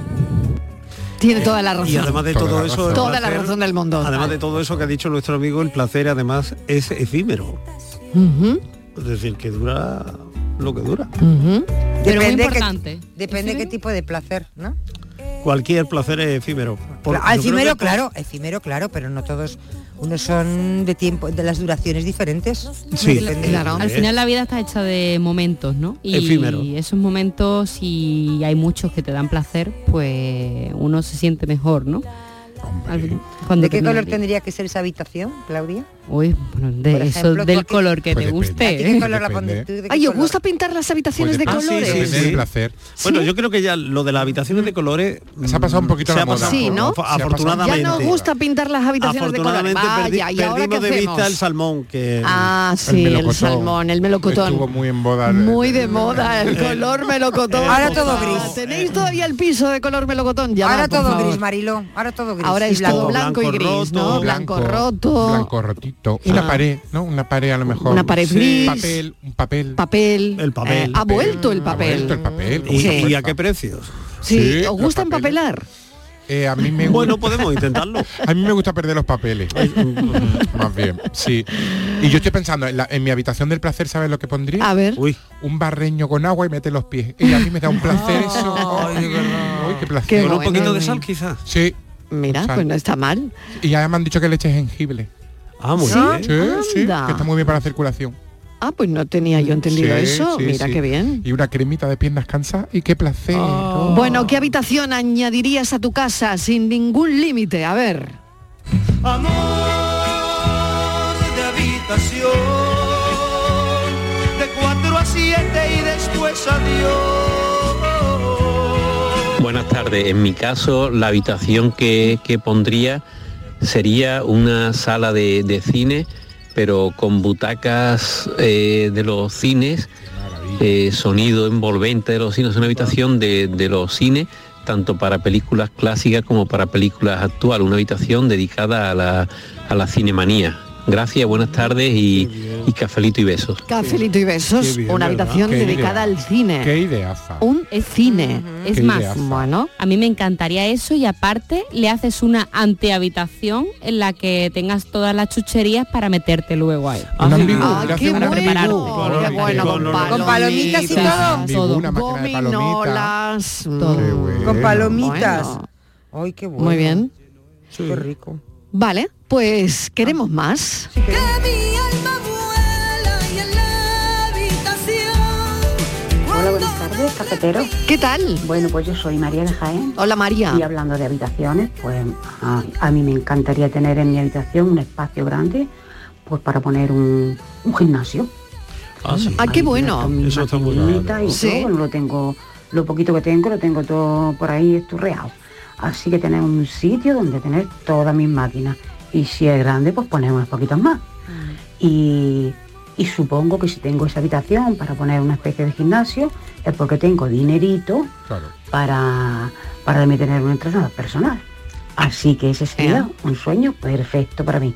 Speaker 5: Tiene toda la razón.
Speaker 6: Y además de todo eso, el
Speaker 5: Toda la
Speaker 6: placer-
Speaker 5: razón del mundo.
Speaker 6: Además de todo eso que ha dicho nuestro amigo, el placer además es efímero.
Speaker 5: Ujú,
Speaker 6: Es decir, que dura lo que dura. Pero
Speaker 5: ujú.
Speaker 6: muy
Speaker 8: Depende que-
Speaker 6: importante.
Speaker 8: depende qué tipo de placer, ¿no?
Speaker 6: Cualquier placer es efímero. Por-
Speaker 8: Cla- ah,
Speaker 6: yo creo que
Speaker 8: efímero,
Speaker 6: por-
Speaker 8: claro, efímero, claro, pero no todos, unos son de tiempo, de las duraciones diferentes. Depende.
Speaker 9: Al final la vida está hecha de momentos, ¿no? Y
Speaker 8: Efímero.
Speaker 9: esos momentos, si hay muchos que te dan placer, pues uno se siente mejor, ¿no? Al- cuando
Speaker 8: ¿De qué
Speaker 9: termina el
Speaker 8: color
Speaker 9: día.
Speaker 8: tendría que ser esa habitación, Claudia?
Speaker 9: Uy, bueno, de
Speaker 8: Por
Speaker 9: eso
Speaker 8: ejemplo, tú
Speaker 9: del
Speaker 8: aquí-
Speaker 9: color que te
Speaker 8: Pues depende.
Speaker 9: guste. ¿eh?
Speaker 8: ¿A ti qué color la pones tú? ¿De qué
Speaker 5: Ay, os gusta pintar las habitaciones de
Speaker 6: Ah, sí,
Speaker 5: colores.
Speaker 6: sí, sí. Bueno,
Speaker 5: ¿Sí?
Speaker 6: yo creo que ya lo de las habitaciones de colores se ha pasado un
Speaker 7: poquito
Speaker 5: la moda. Sí, ¿no?
Speaker 6: Afo- Afortunadamente.
Speaker 5: Ya nos gusta pintar las habitaciones de colores.
Speaker 6: Afortunadamente perdi-
Speaker 5: Vaya, ¿y ahora qué
Speaker 6: perdimos de
Speaker 5: hacemos?
Speaker 6: vista el salmón que
Speaker 5: Ah, sí, el, salmón, el melocotón.
Speaker 7: Estuvo muy en boda.
Speaker 5: Muy de moda el color melocotón.
Speaker 8: Ahora todo gris.
Speaker 5: ¿Tenéis todavía el piso de color melocotón? Ya
Speaker 8: Ahora
Speaker 5: no, por
Speaker 8: todo
Speaker 5: favor.
Speaker 8: gris, Marilo. Ahora todo gris.
Speaker 5: Ahora
Speaker 8: y
Speaker 5: es todo blanco, y gris, ¿no? Blanco, roto.
Speaker 7: Blanco rotito. Una
Speaker 5: Ah.
Speaker 7: pared, ¿no? Una pared a lo mejor.
Speaker 5: Una pared gris.
Speaker 7: Papel, un papel.
Speaker 5: Papel.
Speaker 6: El
Speaker 5: Eh, ha vuelto el papel.
Speaker 7: vuelto el papel.
Speaker 6: ¿Y,
Speaker 7: Sí.
Speaker 6: y a qué precios?
Speaker 5: Sí,
Speaker 7: Sí,
Speaker 5: ¿os gusta empapelar?
Speaker 7: Eh, a mí me
Speaker 6: Bueno, podemos intentarlo.
Speaker 7: A mí me gusta perder los papeles.
Speaker 5: mm,
Speaker 7: Más bien, sí. Y yo estoy pensando, en, la- en mi habitación del placer, ¿sabes lo que pondría?
Speaker 5: A ver.
Speaker 7: Un barreño con agua y mete los pies. Y a mí me da un placer eso. Ay, qué placer.
Speaker 5: Qué Con un bueno. poquito de sal,
Speaker 6: quizás.
Speaker 7: Sí.
Speaker 5: Mira,
Speaker 7: Sal.
Speaker 5: pues no está mal.
Speaker 7: Y ya me han dicho que le eches jengibre.
Speaker 6: Ah,
Speaker 5: muy ¿Sí? bien.
Speaker 7: Sí, sí,
Speaker 5: Anda.
Speaker 7: que está muy bien para la circulación.
Speaker 5: Ah, pues no tenía yo entendido
Speaker 7: Sí,
Speaker 5: eso.
Speaker 7: sí,
Speaker 5: Mira
Speaker 7: sí.
Speaker 5: qué bien. Ah.
Speaker 7: Y una cremita de piernas cansadas y qué placer.
Speaker 5: Bueno, ¿qué habitación añadirías a tu casa sin ningún límite? A ver.
Speaker 4: de habitación de 4 a 7 y después adiós.
Speaker 3: Buenas tardes. En mi caso, la habitación que, que pondría sería una sala de, de cine, pero con butacas eh, de los cines, eh, sonido envolvente de los cines, una habitación de, de los cines, tanto para películas clásicas como para películas actuales, una habitación dedicada a la, a la cinemanía. Gracias, buenas tardes y, y cafelito y besos.
Speaker 5: Cafelito y besos,
Speaker 3: Qué bien,
Speaker 5: una
Speaker 3: ¿verdad?
Speaker 5: habitación
Speaker 3: Qué
Speaker 5: dedicada
Speaker 3: idea.
Speaker 5: al cine.
Speaker 3: Qué
Speaker 7: ideaza.
Speaker 5: Un cine.
Speaker 9: Es
Speaker 3: Qué
Speaker 9: más,
Speaker 3: ideaza.
Speaker 9: bueno, a mí me encantaría eso y aparte le haces una antehabitación en la que tengas todas las chucherías para meterte luego ahí.
Speaker 7: Un ambiguo, le hace
Speaker 9: qué
Speaker 7: un
Speaker 9: bueno.
Speaker 7: ambiguo.
Speaker 9: Prepararte.
Speaker 7: Qué bueno, con
Speaker 8: Con palomitas y todo. mm,
Speaker 7: Ambiguo, Una máquina de palomitas.
Speaker 8: Con palomitas.
Speaker 5: Bueno.
Speaker 8: Ay, qué bueno.
Speaker 5: Muy bien.
Speaker 8: Qué rico.
Speaker 5: Vale, pues queremos más.
Speaker 10: Hola, buenas tardes, cafetero.
Speaker 5: ¿Qué tal?
Speaker 10: Bueno, pues yo soy María de Jaén.
Speaker 5: Hola, María.
Speaker 10: Y hablando de habitaciones, pues a, a mí me encantaría tener en mi habitación un espacio grande pues para poner un, un gimnasio.
Speaker 5: Ah, sí. Ah, qué
Speaker 10: Ahí
Speaker 5: bueno.
Speaker 10: con mi
Speaker 5: Eso está muy
Speaker 10: maquinita
Speaker 5: claro.
Speaker 10: y
Speaker 5: Sí.
Speaker 10: todo, bueno, lo tengo, lo poquito que tengo, lo tengo todo por ahí esturreado. Así que tener un sitio donde tener todas mis máquinas. Y si es grande, pues poner unos poquitos más. Y, y supongo que si tengo esa habitación para poner una especie de gimnasio, es porque tengo dinerito para, para mí tener un entrenador personal. Así que ese sería un sueño perfecto para mí.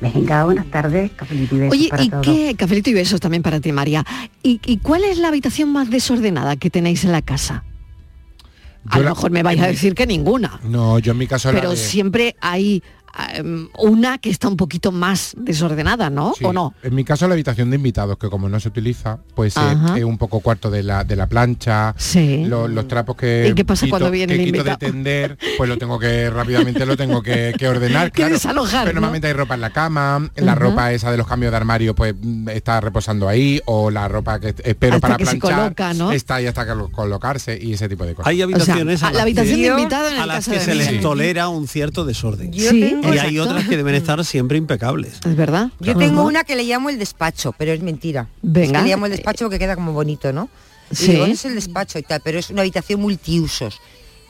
Speaker 10: Venga, buenas tardes, cafelito y besos
Speaker 5: Oye,
Speaker 10: para
Speaker 5: ¿y
Speaker 10: todos.
Speaker 5: qué? Cafelito y besos también para ti, María. ¿Y, y cuál es la habitación más desordenada que tenéis en la casa? A
Speaker 7: Yo
Speaker 5: lo
Speaker 7: la-
Speaker 5: mejor me vais a decir que ninguna,
Speaker 7: No, yo en mi caso la
Speaker 5: pero
Speaker 7: de-
Speaker 5: siempre hay em, una que está un poquito más desordenada, ¿no?
Speaker 7: Sí.
Speaker 5: ¿O no?
Speaker 7: En mi caso la habitación de invitados, que como no se utiliza, pues eh,
Speaker 5: Ajá.
Speaker 7: es un poco cuarto de la, de la plancha, lo- los trapos que
Speaker 5: ¿Y qué pasa cuando viene
Speaker 7: eh, que
Speaker 5: el
Speaker 7: quito
Speaker 5: invitado?
Speaker 7: de tender, pues lo tengo que rápidamente lo tengo que, que ordenar,
Speaker 5: Que
Speaker 7: claro.
Speaker 5: desalojar,
Speaker 7: Pero
Speaker 5: ¿no?
Speaker 7: normalmente hay ropa en la cama, la
Speaker 5: Ajá.
Speaker 7: ropa esa de los cambios de armario pues mm, está reposando ahí o la ropa que espero para
Speaker 5: que se
Speaker 7: planchar
Speaker 5: coloca, ¿no?
Speaker 7: está ahí hasta que lo- colocarse y ese tipo de cosas.
Speaker 6: Hay habitaciones a
Speaker 5: a la
Speaker 6: las
Speaker 5: habitación
Speaker 6: que-
Speaker 5: de invitado en el
Speaker 6: a las
Speaker 5: caso
Speaker 6: que
Speaker 5: de
Speaker 6: se
Speaker 5: Miguel.
Speaker 6: les tolera un cierto desorden.
Speaker 5: Yo Sí, tengo-
Speaker 6: y hay
Speaker 5: exacto.
Speaker 6: otras que deben estar siempre impecables.
Speaker 5: Es verdad.
Speaker 8: Yo tengo una que le llamo el despacho, pero es mentira.
Speaker 5: Venga.
Speaker 8: Es que le llamo el despacho porque queda como bonito, ¿no? Y
Speaker 5: Sí.
Speaker 8: digo, "¿Dónde es el despacho y tal, pero es una habitación multiusos.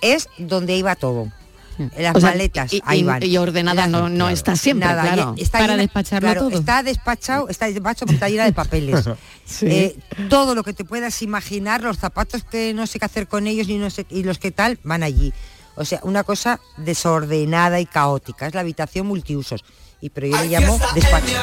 Speaker 8: Es donde iba todo. Las
Speaker 5: Mm. O sea,
Speaker 8: maletas,
Speaker 5: y-
Speaker 8: ahí
Speaker 5: y-
Speaker 8: van.
Speaker 5: y ordenada no- no está siempre,
Speaker 8: y
Speaker 5: claro.
Speaker 8: Está
Speaker 5: Para
Speaker 8: llena-
Speaker 5: despacharlo
Speaker 8: claro,
Speaker 5: todo.
Speaker 8: Está despachado, está despacho porque está llena de papeles.
Speaker 5: Sí.
Speaker 8: Eh, todo lo que te puedas imaginar, los zapatos que no sé qué hacer con ellos ni no sé, y los que tal, van allí. O sea, una cosa desordenada y caótica. Es la habitación multiusos. Y pero yo le llamo despacho.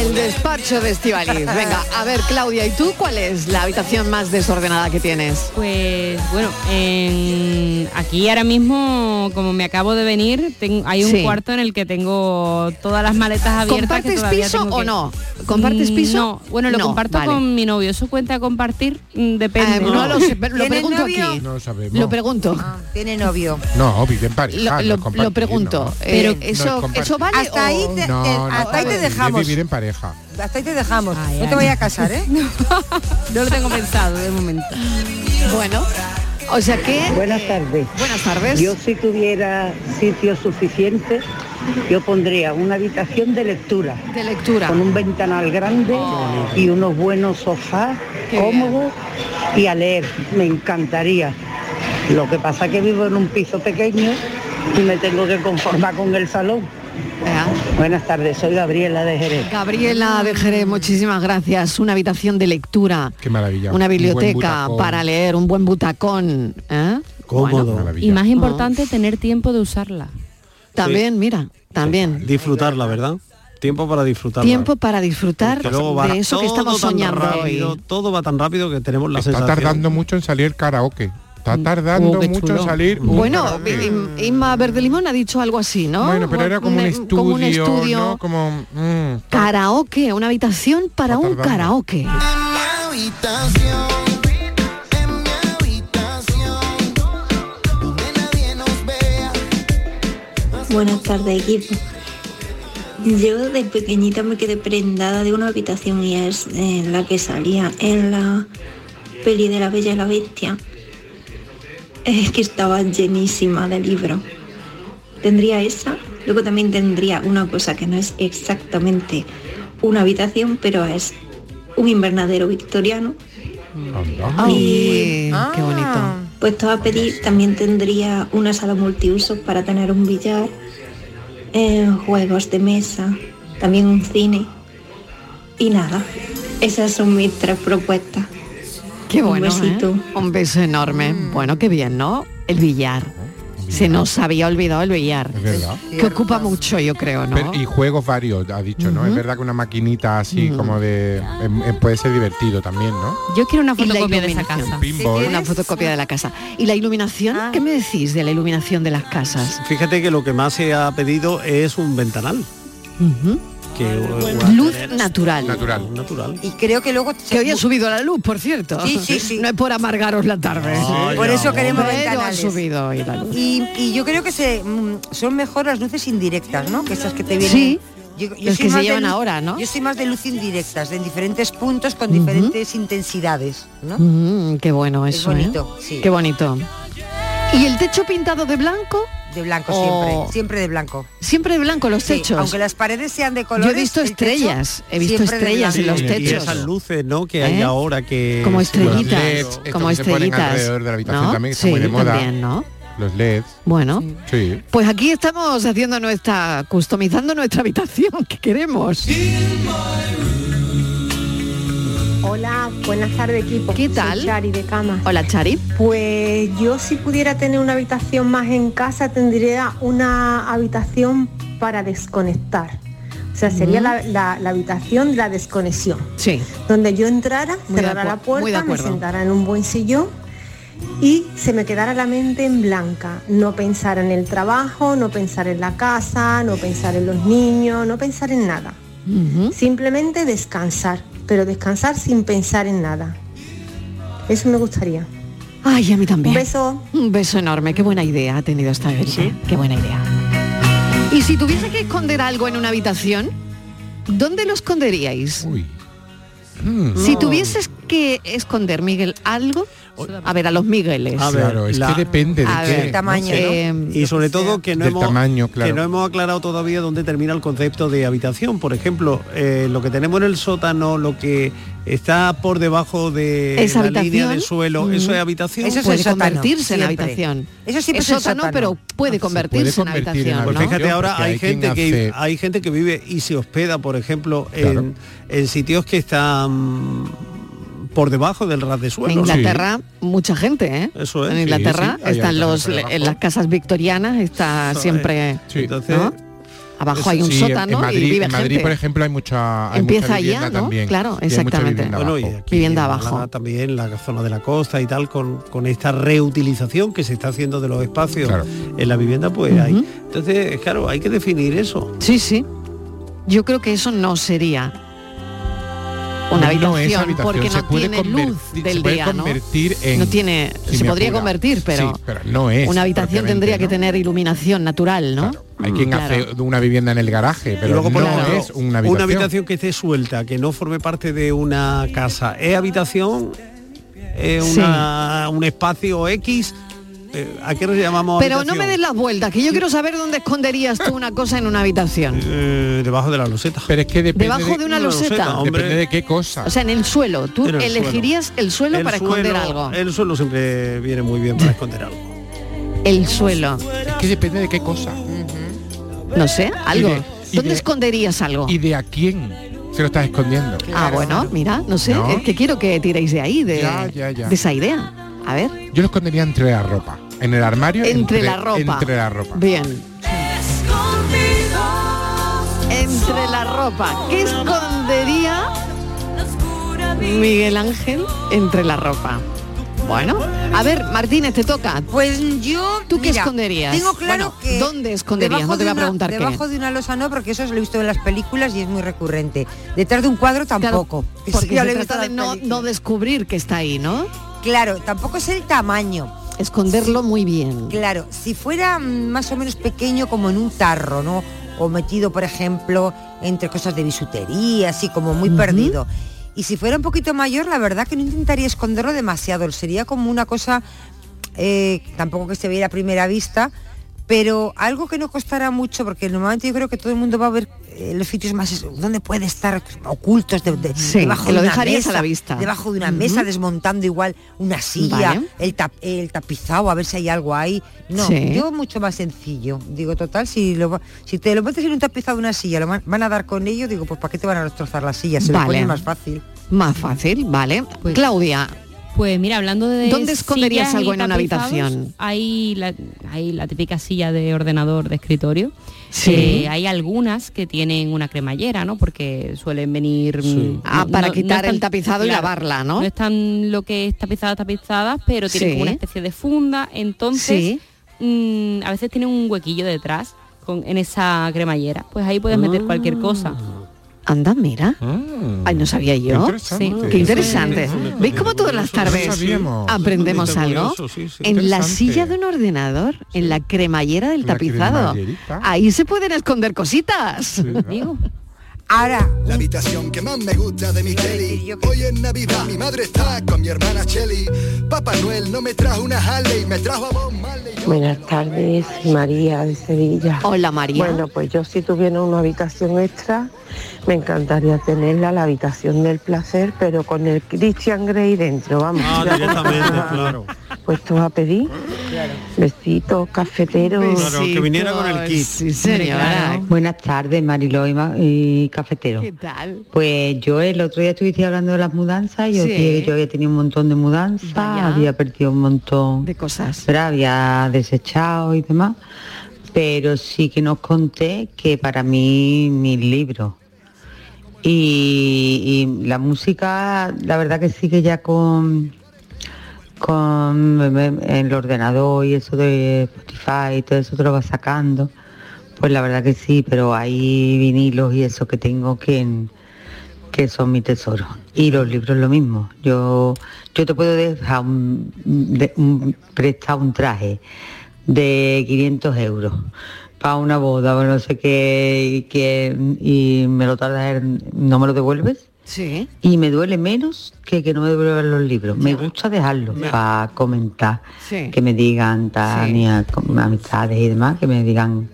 Speaker 5: El despacho de Estivaliz. Venga, a ver, Claudia, ¿y tú cuál es la habitación más desordenada que tienes?
Speaker 9: Pues bueno, en- aquí ahora mismo, como me acabo de venir, ten- hay un
Speaker 5: Sí.
Speaker 9: cuarto en el que tengo todas las maletas abiertas. que
Speaker 5: ¿Compartes
Speaker 9: todavía
Speaker 5: piso
Speaker 9: tengo
Speaker 5: o
Speaker 9: que-
Speaker 5: no? ¿Compartes
Speaker 9: Mm,
Speaker 5: piso?
Speaker 9: No, bueno, lo
Speaker 5: No,
Speaker 9: comparto
Speaker 5: vale.
Speaker 9: con mi novio. ¿Eso cuenta compartir? Mm, Depende.
Speaker 5: Eh, no lo sé, pero lo pregunto aquí.
Speaker 7: No lo sabemos.
Speaker 5: Lo pregunto.
Speaker 9: Ah.
Speaker 8: Tiene novio.
Speaker 7: No, viven pareja.
Speaker 5: Lo-
Speaker 7: no
Speaker 5: lo-
Speaker 7: es compartir,
Speaker 5: lo pregunto,
Speaker 7: no.
Speaker 5: eh,
Speaker 7: No es
Speaker 5: eso,
Speaker 7: compartir.
Speaker 5: ¿eso vale
Speaker 8: Hasta
Speaker 5: o-
Speaker 8: ahí te-
Speaker 7: No,
Speaker 8: te-
Speaker 7: no es
Speaker 8: hasta ahí te
Speaker 7: compartir, es
Speaker 8: dejamos.
Speaker 7: vivir en pareja.
Speaker 8: Hasta ahí te dejamos. no te vayas a casar, ¿eh?
Speaker 9: No lo tengo pensado de momento.
Speaker 5: Bueno, o sea que...
Speaker 14: Buenas tardes.
Speaker 5: Buenas tardes.
Speaker 14: Yo si tuviera sitio suficiente,
Speaker 26: Yo pondría una habitación de lectura.
Speaker 5: De lectura. Oh.
Speaker 26: Con un ventanal grande y unos buenos sofás cómodos y a leer. Me encantaría. Lo que pasa que vivo en un piso pequeño y me tengo que conformar con el salón. Buenas tardes, soy Gabriela de Jerez.
Speaker 5: Gabriela de Jerez, muchísimas gracias. Una habitación de lectura,
Speaker 7: Qué maravilla.
Speaker 5: una
Speaker 7: Un buen
Speaker 5: biblioteca
Speaker 7: butacón.
Speaker 5: para leer, un buen butacón. ¿eh? Oh.
Speaker 6: Cómodo.
Speaker 9: Y más importante, tener tiempo de usarla.
Speaker 5: También, mira, también.
Speaker 6: Disfrutarla, ¿verdad? Tiempo para disfrutarla.
Speaker 5: Tiempo para disfrutar
Speaker 6: Que luego va
Speaker 5: de eso que
Speaker 6: todo
Speaker 5: estamos
Speaker 6: tan
Speaker 5: soñando hoy.
Speaker 6: rápido, Todo va tan rápido que tenemos la
Speaker 7: Está
Speaker 6: sensación.
Speaker 7: tardando mucho en salir karaoke. Está
Speaker 5: Mm,
Speaker 7: tardando
Speaker 6: Oh, qué
Speaker 7: mucho
Speaker 6: chulo.
Speaker 7: en salir. un
Speaker 5: Bueno,
Speaker 7: karaoke.
Speaker 5: Im- Inma Verdelimón ha dicho algo así, ¿no?
Speaker 7: Bueno, pero era como un
Speaker 5: eh,
Speaker 7: estudio,
Speaker 5: como un estudio.
Speaker 7: ¿no? Como mm,
Speaker 5: Karaoke, una habitación para un karaoke.
Speaker 21: Buenas tardes, equipo. Yo de pequeñita me quedé prendada de una habitación y es eh, la que salía en la peli de la Bella y la Bestia. Es que estaba llenísima de libros. Tendría esa, luego también tendría una cosa que no es exactamente una habitación, pero es un invernadero victoriano.
Speaker 5: Ay, Ah,
Speaker 4: Ah.
Speaker 5: qué bonito.
Speaker 21: Puesto a pedir, Pues también tendría una sala multiuso para tener un billar, eh, juegos de mesa, también un cine y nada. Esas son mis tres propuestas.
Speaker 5: Qué
Speaker 21: Un
Speaker 5: bueno. ¿eh?
Speaker 21: besito.
Speaker 5: Un beso enorme.
Speaker 7: Mm.
Speaker 5: Bueno, qué bien, ¿no? El billar. Se nos había olvidado el billar.
Speaker 7: Oh, es verdad.
Speaker 5: Que ocupa mucho, yo creo, Ah, ¿no?
Speaker 7: Pero- y juegos varios, ha dicho, ¿no? Es verdad que una maquinita así como de... em- em- puede ser divertido también, ¿no?
Speaker 5: Yo quiero una
Speaker 9: fotocopia de esa casa.
Speaker 7: Pinball.
Speaker 5: Una fotocopia de la casa. ¿Y la iluminación?
Speaker 8: Ah.
Speaker 5: ¿Qué me decís de la iluminación de las casas?
Speaker 6: Fíjate que lo que más se ha pedido es un ventanal. Que,
Speaker 5: Ah,
Speaker 6: eh,
Speaker 5: Luz natural.
Speaker 7: Natural.
Speaker 6: Natural.
Speaker 8: Y creo que luego...
Speaker 5: Que hoy ha subido la luz, por cierto.
Speaker 8: Sí, sí, sí.
Speaker 5: No es por amargaros la tarde.
Speaker 8: Ay, Por eso amor. queremos
Speaker 5: Pero
Speaker 8: ventanales.
Speaker 5: ha subido hoy la luz.
Speaker 8: Y, y yo creo que se, mm, son mejor las luces indirectas, ¿no? Que esas que te vienen.
Speaker 5: Sí,
Speaker 8: Yo- yo
Speaker 5: las
Speaker 8: soy
Speaker 5: que se
Speaker 8: más de
Speaker 5: llevan
Speaker 8: luz-
Speaker 5: ahora, ¿no?
Speaker 8: Yo soy más de luz indirectas, en diferentes puntos, con diferentes intensidades, ¿no?
Speaker 5: Mm, qué bueno
Speaker 8: Es
Speaker 5: eso,
Speaker 8: bonito,
Speaker 5: ¿eh?
Speaker 8: sí.
Speaker 5: Qué bonito. ¿Y el techo pintado de blanco?
Speaker 8: De blanco
Speaker 5: Oh.
Speaker 8: siempre, siempre de blanco.
Speaker 5: Siempre de blanco los
Speaker 8: Sí,
Speaker 5: techos.
Speaker 8: aunque las paredes sean de
Speaker 5: Yo
Speaker 8: colores.
Speaker 5: he visto
Speaker 8: el techo
Speaker 5: estrellas, he visto
Speaker 8: siempre de
Speaker 5: estrellas en
Speaker 8: blanco.
Speaker 5: los
Speaker 6: y- Y
Speaker 5: techos.
Speaker 6: esas luces, ¿no? Que hay
Speaker 5: ¿Eh?
Speaker 6: ahora que...
Speaker 5: Como
Speaker 6: sí, bueno,
Speaker 5: estrellitas,
Speaker 6: LED, esto
Speaker 5: como
Speaker 6: que se ponen
Speaker 5: estrellitas,
Speaker 6: alrededor de la habitación
Speaker 5: ¿no?
Speaker 6: también, que está
Speaker 5: Ah, Sí,
Speaker 6: muy de moda.
Speaker 5: también, ¿no?
Speaker 7: Los LEDs.
Speaker 5: Bueno.
Speaker 7: Sí.
Speaker 5: Pues aquí estamos haciendo nuestra, customizando nuestra habitación que queremos.
Speaker 13: Hola, buenas tardes equipo. ¿Qué tal? Chari de Cama.
Speaker 5: Hola Chari.
Speaker 13: Pues yo si pudiera tener una habitación más en casa, tendría una habitación para desconectar. O sea, sería
Speaker 5: Mm.
Speaker 13: la, la- la habitación de la desconexión.
Speaker 5: Sí.
Speaker 13: Donde yo entrara,
Speaker 5: Muy de
Speaker 13: cerrara
Speaker 5: acuer-
Speaker 13: la
Speaker 5: muy
Speaker 13: puerta, me
Speaker 5: de acuerdo.
Speaker 13: sentara en un buen sillón y se me quedara la mente en blanca. No pensar en el trabajo, no pensar en la casa, no pensar en los niños, no pensar en nada. Simplemente descansar, pero descansar sin pensar en nada. Eso me gustaría.
Speaker 5: Ay, a mí también.
Speaker 13: Un beso.
Speaker 5: Un beso enorme. Qué buena idea ha tenido esta vez. Qué buena idea. Y si tuviese que esconder algo en una habitación, ¿dónde lo esconderíais? Si tuvieses que esconder, Miguel, algo, a ver, a los Migueles.
Speaker 6: A ver, Claro, es la- que depende de
Speaker 5: A
Speaker 6: qué,
Speaker 5: ver,
Speaker 6: El tamaño, ¿no?
Speaker 5: eh,
Speaker 6: y sobre todo que no,
Speaker 7: Del
Speaker 6: hemos,
Speaker 7: tamaño,
Speaker 6: que
Speaker 7: claro.
Speaker 6: no hemos aclarado todavía dónde termina el concepto de habitación. Por ejemplo, eh, lo que tenemos en el sótano, lo que está por debajo de
Speaker 5: ¿Es
Speaker 6: eh, la
Speaker 5: habitación?
Speaker 6: línea de suelo, eso
Speaker 5: Mm.
Speaker 6: es habitación.
Speaker 5: Eso es Puede el sótano, convertirse en siempre. habitación. Eso siempre Es es el sótano, sótano. pero
Speaker 6: Ah,
Speaker 5: puede Se puede convertirse en convertir en habitación,
Speaker 6: Pues
Speaker 5: habitación,
Speaker 6: fíjate, ahora
Speaker 5: porque
Speaker 6: hay,
Speaker 5: hay quien
Speaker 6: gente que
Speaker 5: hace-
Speaker 6: hay gente que vive y se hospeda, por ejemplo, en, en sitios que están por debajo del ras de
Speaker 5: en
Speaker 6: suelo. ¿no?
Speaker 5: Inglaterra, mucha gente, ¿eh?
Speaker 7: Pues,
Speaker 6: Eso es.
Speaker 5: En
Speaker 6: Sí,
Speaker 5: Inglaterra
Speaker 6: sí, hay
Speaker 5: están los,
Speaker 6: habitaciones
Speaker 5: en las casas victorianas, está siempre...
Speaker 6: Entonces,
Speaker 5: ¿no? Abajo hay un
Speaker 7: Sí, en-
Speaker 5: sótano
Speaker 7: en Madrid,
Speaker 5: y vive
Speaker 7: en Madrid,
Speaker 5: gente.
Speaker 7: por ejemplo, hay mucha hay mucha
Speaker 5: Empieza
Speaker 7: vivienda
Speaker 5: allá, ¿no?
Speaker 7: también.
Speaker 5: Claro,
Speaker 7: Y hay mucha
Speaker 5: exactamente.
Speaker 7: vivienda
Speaker 6: Bueno, y
Speaker 7: abajo.
Speaker 6: aquí
Speaker 5: Vivienda
Speaker 6: en
Speaker 5: abajo.
Speaker 6: Málaga también la zona de la costa y tal, con, con esta reutilización que se está haciendo de los espacios en la vivienda, pues hay. Entonces, claro, hay que definir eso.
Speaker 5: Sí, sí. Yo creo que eso no sería una habitación,
Speaker 7: No es habitación,
Speaker 5: porque
Speaker 7: se
Speaker 5: no
Speaker 7: puede
Speaker 5: tiene luz
Speaker 7: convertir-
Speaker 5: del
Speaker 7: se puede
Speaker 5: día, ¿no?
Speaker 7: convertir en-
Speaker 5: No tiene,
Speaker 7: si
Speaker 5: se
Speaker 7: me
Speaker 5: podría
Speaker 7: apura.
Speaker 5: convertir, pero,
Speaker 7: Sí, pero no es,
Speaker 5: una habitación
Speaker 7: propiamente,
Speaker 5: tendría que tener iluminación natural, ¿no?
Speaker 7: Hay quien
Speaker 5: Claro.
Speaker 7: hace una vivienda en el garaje, pero
Speaker 6: y luego,
Speaker 7: no
Speaker 6: por ejemplo,
Speaker 7: es una habitación.
Speaker 6: que esté suelta, que no forme parte de una casa, es habitación, es
Speaker 5: Sí.
Speaker 6: una- un espacio X eh, ¿a qué nos llamamos
Speaker 5: Pero no
Speaker 6: habitación?
Speaker 5: me des las vueltas, que yo quiero saber dónde esconderías tú una cosa en una habitación.
Speaker 6: Eh, debajo de la loseta. Pero es que
Speaker 5: depende Debajo de- de una loseta.
Speaker 6: Depende de qué cosa.
Speaker 5: O sea, en el suelo. Tú
Speaker 6: En el suelo.
Speaker 5: elegirías el suelo para esconder algo.
Speaker 6: El suelo siempre viene muy bien para esconder algo.
Speaker 5: El suelo.
Speaker 7: que depende de qué cosa.
Speaker 5: No sé, algo.
Speaker 7: Y de- y
Speaker 5: ¿Dónde
Speaker 7: de-
Speaker 5: esconderías algo?
Speaker 7: ¿Y de a quién se lo estás escondiendo?
Speaker 5: Ah, bueno, mira, no sé,
Speaker 7: ¿No?
Speaker 5: es que quiero que tiréis de ahí, de,
Speaker 7: Ya, ya, ya.
Speaker 5: de esa idea. A ver,
Speaker 7: Yo lo escondería entre la ropa. En el armario.
Speaker 5: Entre la ropa.
Speaker 7: Entre la ropa.
Speaker 5: bien. Entre la ropa, ¿qué escondería Miguel Ángel entre la ropa? Bueno, a ver, Martínez, te toca.
Speaker 8: Pues yo,
Speaker 5: ¿tú qué
Speaker 8: mira,
Speaker 5: esconderías?
Speaker 8: Tengo claro
Speaker 5: Bueno,
Speaker 8: que
Speaker 5: ¿Dónde esconderías?
Speaker 8: debajo
Speaker 5: No te
Speaker 8: de
Speaker 5: voy a
Speaker 8: una-
Speaker 5: preguntar qué.
Speaker 8: Debajo de una losa no, porque eso lo he visto en las películas y es muy recurrente. Detrás de un cuadro tampoco.
Speaker 5: Porque
Speaker 8: Sí, ya
Speaker 5: se
Speaker 8: lo he visto
Speaker 5: trata de
Speaker 8: en las
Speaker 5: no, no descubrir que está ahí, ¿no?
Speaker 8: Claro, tampoco es el tamaño.
Speaker 5: Esconderlo muy bien.
Speaker 8: Claro, si fuera mm, más o menos pequeño como en un tarro, ¿no? O metido, por ejemplo, entre cosas de bisutería, así como muy perdido. Y si fuera un poquito mayor, la verdad que no intentaría esconderlo demasiado. Sería como una cosa, eh, tampoco que se viera a primera vista, pero algo que no costará mucho, porque normalmente yo creo que todo el mundo va a ver eh, los sitios más donde puede estar ocultos de- de-
Speaker 5: Sí,
Speaker 8: debajo
Speaker 5: que
Speaker 8: de
Speaker 5: lo
Speaker 8: una
Speaker 5: dejarías a
Speaker 8: mesa,
Speaker 5: la vista.
Speaker 8: debajo de una
Speaker 5: Ujú.
Speaker 8: mesa desmontando igual una silla
Speaker 5: Vale.
Speaker 8: el, tap- el tapizado a ver si hay algo ahí no
Speaker 5: Sí.
Speaker 8: yo mucho más sencillo digo total si lo va- si te lo metes en un tapizado de una silla lo van, van a dar con ello digo pues para qué te van a destrozar la silla se lo
Speaker 5: Vale.
Speaker 8: ponen más fácil
Speaker 5: Más fácil, vale. Claudia,
Speaker 9: Pues mira, hablando de
Speaker 5: ¿Dónde esconderías
Speaker 9: sillas y
Speaker 5: algo en una
Speaker 9: tapizados,
Speaker 5: habitación?
Speaker 9: Hay la, hay la típica silla de ordenador de escritorio.
Speaker 5: Sí.
Speaker 9: Eh, hay algunas que tienen una cremallera, ¿no? Porque suelen venir... mm,
Speaker 5: Ah, para quitar el
Speaker 9: están-
Speaker 5: tapizado y lavarla, ¿no?
Speaker 9: No están lo que es tapizada, tapizadas, pero tienen
Speaker 5: Sí.
Speaker 9: como una especie de funda. Entonces,
Speaker 5: Sí.
Speaker 9: mm, a veces tienen un huequillo detrás con, en esa cremallera. Pues ahí puedes meter
Speaker 5: Ah.
Speaker 9: cualquier cosa.
Speaker 5: anda, mira. Ay, no sabía yo.
Speaker 9: Mm. Qué interesante.
Speaker 5: Sí.
Speaker 9: Sí.
Speaker 5: Qué interesante. ¿Veis cómo todas las
Speaker 9: No
Speaker 5: tardes
Speaker 9: sabíamos.
Speaker 5: aprendemos
Speaker 9: Está
Speaker 5: algo?
Speaker 9: curioso, sí, sí,
Speaker 5: En la
Speaker 9: interesante.
Speaker 5: silla de un ordenador, en la cremallera del tapizado.
Speaker 15: cremallerita.
Speaker 5: Ahí se pueden esconder cositas. Digo.
Speaker 8: Ahora.
Speaker 15: La habitación que más me gusta de mi Kelly. Hoy en Navidad mi madre está con mi hermana Shelly. Papá Noel no me trajo una Harley, me trajo a Bob Marley.
Speaker 13: Buenas tardes, María de Sevilla.
Speaker 5: Hola, María.
Speaker 13: Bueno, pues yo si tuviera una habitación extra, me encantaría tenerla, la habitación del placer, pero con el Christian Grey dentro, vamos.
Speaker 6: Ah, directamente, claro.
Speaker 13: Puestos a pedir. Besitos, cafeteros.
Speaker 6: Claro, que viniera con el kit.
Speaker 26: Buenas tardes, Mariló y, ma- y cafetero.
Speaker 5: ¿Qué tal?
Speaker 26: Pues yo el otro día estuviste hablando de las mudanzas y yo,
Speaker 5: Sí.
Speaker 26: que yo había tenido un montón de mudanzas, había perdido un montón
Speaker 5: de cosas,
Speaker 26: había desechado y demás, pero sí que nos conté que para mí mis libros y, y la música, la verdad que sí que ya con con el ordenador y eso de Spotify y todo eso te lo vas sacando. Pues la verdad que sí, pero hay vinilos y eso que tengo que, que son mi tesoro. Y los libros lo mismo. Yo, yo te puedo dejar un, de- un- prestar un traje de 500 euros para una boda o no sé qué, y que, y me lo tardas, en- no me lo devuelves.
Speaker 5: Sí.
Speaker 26: Y me duele menos que que no me devuelvan los libros. Me gusta dejarlos para comentar,
Speaker 5: Sí.
Speaker 26: que me digan tal,
Speaker 5: Sí.
Speaker 26: mi a- con- amistades y demás, que me digan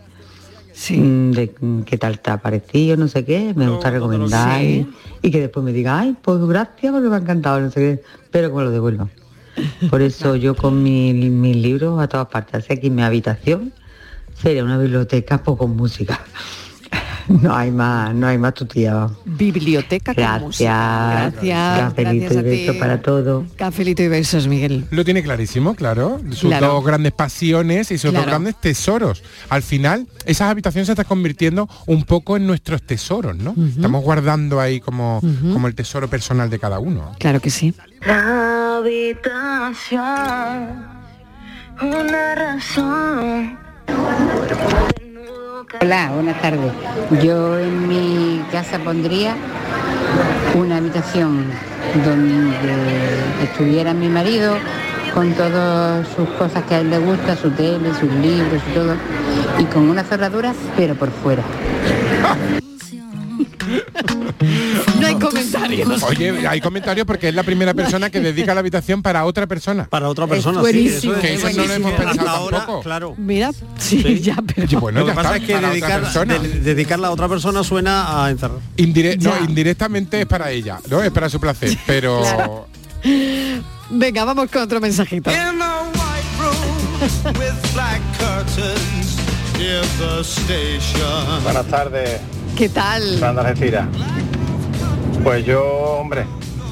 Speaker 26: mm, de, mm, qué tal te ha parecido, no sé qué, me gusta recomendar y- y, que después me digan, ay, pues gracias porque me ha encantado, no sé qué, pero que me lo devuelvan. Por eso yo con mi- mis libros a todas partes, así que mi habitación sería una biblioteca pues, con música. No hay más, no hay más tutía. vamos.
Speaker 5: Biblioteca
Speaker 26: Gracias.
Speaker 5: con música. Gracias.
Speaker 26: Cafelito
Speaker 5: Gracias
Speaker 26: y
Speaker 5: a
Speaker 26: beso
Speaker 5: ti.
Speaker 26: para todo.
Speaker 5: Cafelito y besos, Miguel.
Speaker 7: Lo tiene clarísimo, claro. Sus
Speaker 5: Claro.
Speaker 7: dos grandes pasiones y sus
Speaker 5: Claro.
Speaker 7: dos grandes tesoros. Al final, esas habitaciones se están convirtiendo un poco en nuestros tesoros, ¿no? Estamos guardando ahí como, como el tesoro personal de cada uno.
Speaker 5: Claro que sí.
Speaker 4: La habitación, una razón.
Speaker 27: Hola, buenas tardes. Yo en mi casa pondría una habitación donde estuviera mi marido con todas sus cosas que a él le gusta, su tele, sus libros y todo, y con una cerradura, pero por fuera.
Speaker 5: No hay comentarios. comentarios.
Speaker 7: Oye, hay comentarios porque es la primera persona que dedica la habitación para otra persona.
Speaker 6: Para otra persona, sí, buenísimo. eso es-
Speaker 7: que eso no lo hemos
Speaker 6: Hasta
Speaker 7: pensado
Speaker 6: ahora,
Speaker 7: tampoco.
Speaker 6: claro.
Speaker 5: Mira, sí, ya, pero...
Speaker 7: bueno,
Speaker 6: lo que
Speaker 7: ya
Speaker 6: pasa
Speaker 7: está,
Speaker 6: es que
Speaker 7: para otra
Speaker 6: dedicar,
Speaker 7: persona.
Speaker 6: de- dedicarla a otra persona suena a encerrar.
Speaker 7: no, indirectamente es para ella, ¿no? Es para su placer, pero...
Speaker 5: Venga, vamos con otro mensajito.
Speaker 9: Em.
Speaker 2: Buenas tardes,
Speaker 5: ¿Qué tal?
Speaker 2: Sandra Retira. Pues yo, hombre,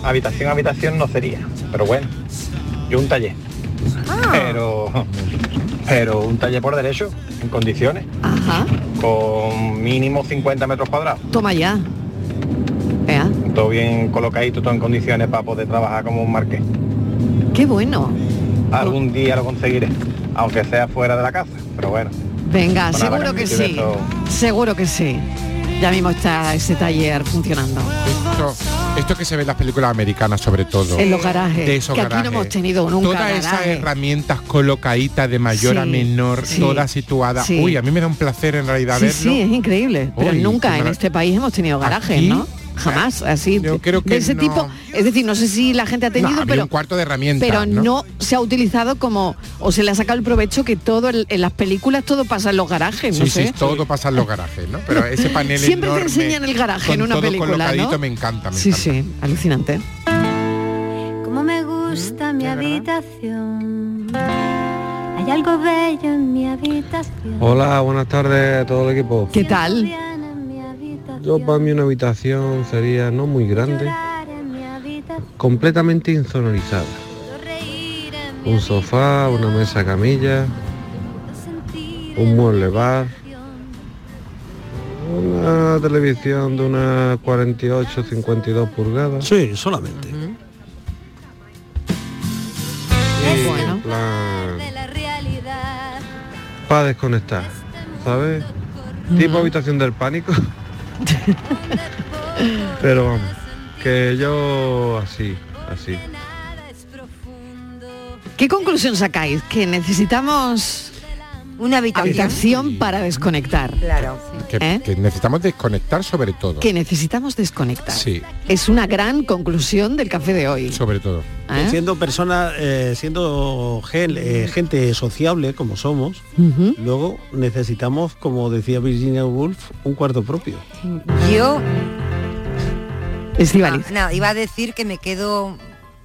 Speaker 2: habitación, habitación no sería, pero bueno, yo un taller.
Speaker 5: Ah.
Speaker 2: Pero, pero un taller por derecho, en condiciones,
Speaker 5: Ajá,
Speaker 2: con mínimo 50 metros cuadrados.
Speaker 5: toma ya. Vea,
Speaker 2: Todo bien colocadito, todo en condiciones para poder trabajar como un marqués.
Speaker 5: qué bueno.
Speaker 2: Algún día lo conseguiré, aunque sea fuera de la casa, pero bueno.
Speaker 5: Venga,
Speaker 2: Bueno,
Speaker 5: seguro
Speaker 2: vale,
Speaker 5: que
Speaker 2: yo de
Speaker 5: sí.
Speaker 2: esto-
Speaker 5: Seguro que sí. Ya mismo está ese taller funcionando.
Speaker 7: Esto, esto que se ve en las películas americanas sobre todo.
Speaker 5: En los garajes,
Speaker 7: De esos
Speaker 5: que aquí no
Speaker 7: garajes.
Speaker 5: hemos tenido nunca
Speaker 7: Todas esas
Speaker 5: garaje.
Speaker 7: herramientas colocaditas de mayor a
Speaker 5: Sí,
Speaker 7: menor,
Speaker 5: sí,
Speaker 7: todas situadas.
Speaker 5: sí.
Speaker 7: Uy, a mí me da un placer en realidad
Speaker 5: Sí,
Speaker 7: verlo.
Speaker 5: sí, es increíble. Pero
Speaker 7: Uy,
Speaker 5: nunca
Speaker 7: qué
Speaker 5: en
Speaker 7: mara-
Speaker 5: este país hemos tenido garajes,
Speaker 7: Aquí, ¿eh?
Speaker 5: ¿no? Jamás, así. Yo creo
Speaker 7: que
Speaker 5: de ese
Speaker 7: no.
Speaker 5: tipo, es decir, no sé si la gente ha
Speaker 7: No,
Speaker 5: tenido,
Speaker 7: había
Speaker 5: pero
Speaker 7: un cuarto de herramientas.
Speaker 5: pero ¿no? se ha utilizado como o se le ha sacado el provecho que todo el- en las películas todo pasa en los garajes,
Speaker 7: Sí,
Speaker 5: no
Speaker 7: sí,
Speaker 5: sé.
Speaker 7: todo pasa en los garajes, ¿no? Pero ese panel
Speaker 5: Siempre te
Speaker 7: enorme,
Speaker 5: enseñan el garaje
Speaker 7: con
Speaker 5: en una
Speaker 7: todo
Speaker 5: película,
Speaker 7: colocadito,
Speaker 5: ¿no?
Speaker 7: me encanta, me
Speaker 5: Sí,
Speaker 7: encanta.
Speaker 5: sí, alucinante.
Speaker 21: Como me gusta mi habitación. Hay algo bello en mi habitación.
Speaker 28: Hola, buenas tardes a todo el equipo.
Speaker 5: ¿Qué tal?
Speaker 28: Yo para mí una habitación sería no muy grande, completamente insonorizada. Un sofá, una mesa camilla, un mueble bar, una televisión de unas 48-52 pulgadas.
Speaker 6: Sí, solamente.
Speaker 28: Para desconectar, ¿sabes? Tipo habitación del pánico. Pero vamos, que yo así, así.
Speaker 5: ¿Qué conclusión sacáis? Que necesitamos
Speaker 8: una habitación,
Speaker 5: para desconectar.
Speaker 8: Claro.
Speaker 7: Que,
Speaker 5: ¿Eh?
Speaker 7: que necesitamos desconectar sobre todo.
Speaker 5: Que necesitamos desconectar.
Speaker 7: Sí,
Speaker 5: Es una gran conclusión del café de hoy.
Speaker 7: sobre todo.
Speaker 5: ¿Eh?
Speaker 6: Siendo personas, eh, siendo gen- eh, gente sociable como somos, luego necesitamos, como decía Virginia Woolf, un cuarto propio.
Speaker 8: Yo
Speaker 5: Estivaliz.
Speaker 8: No, iba a decir que me quedo.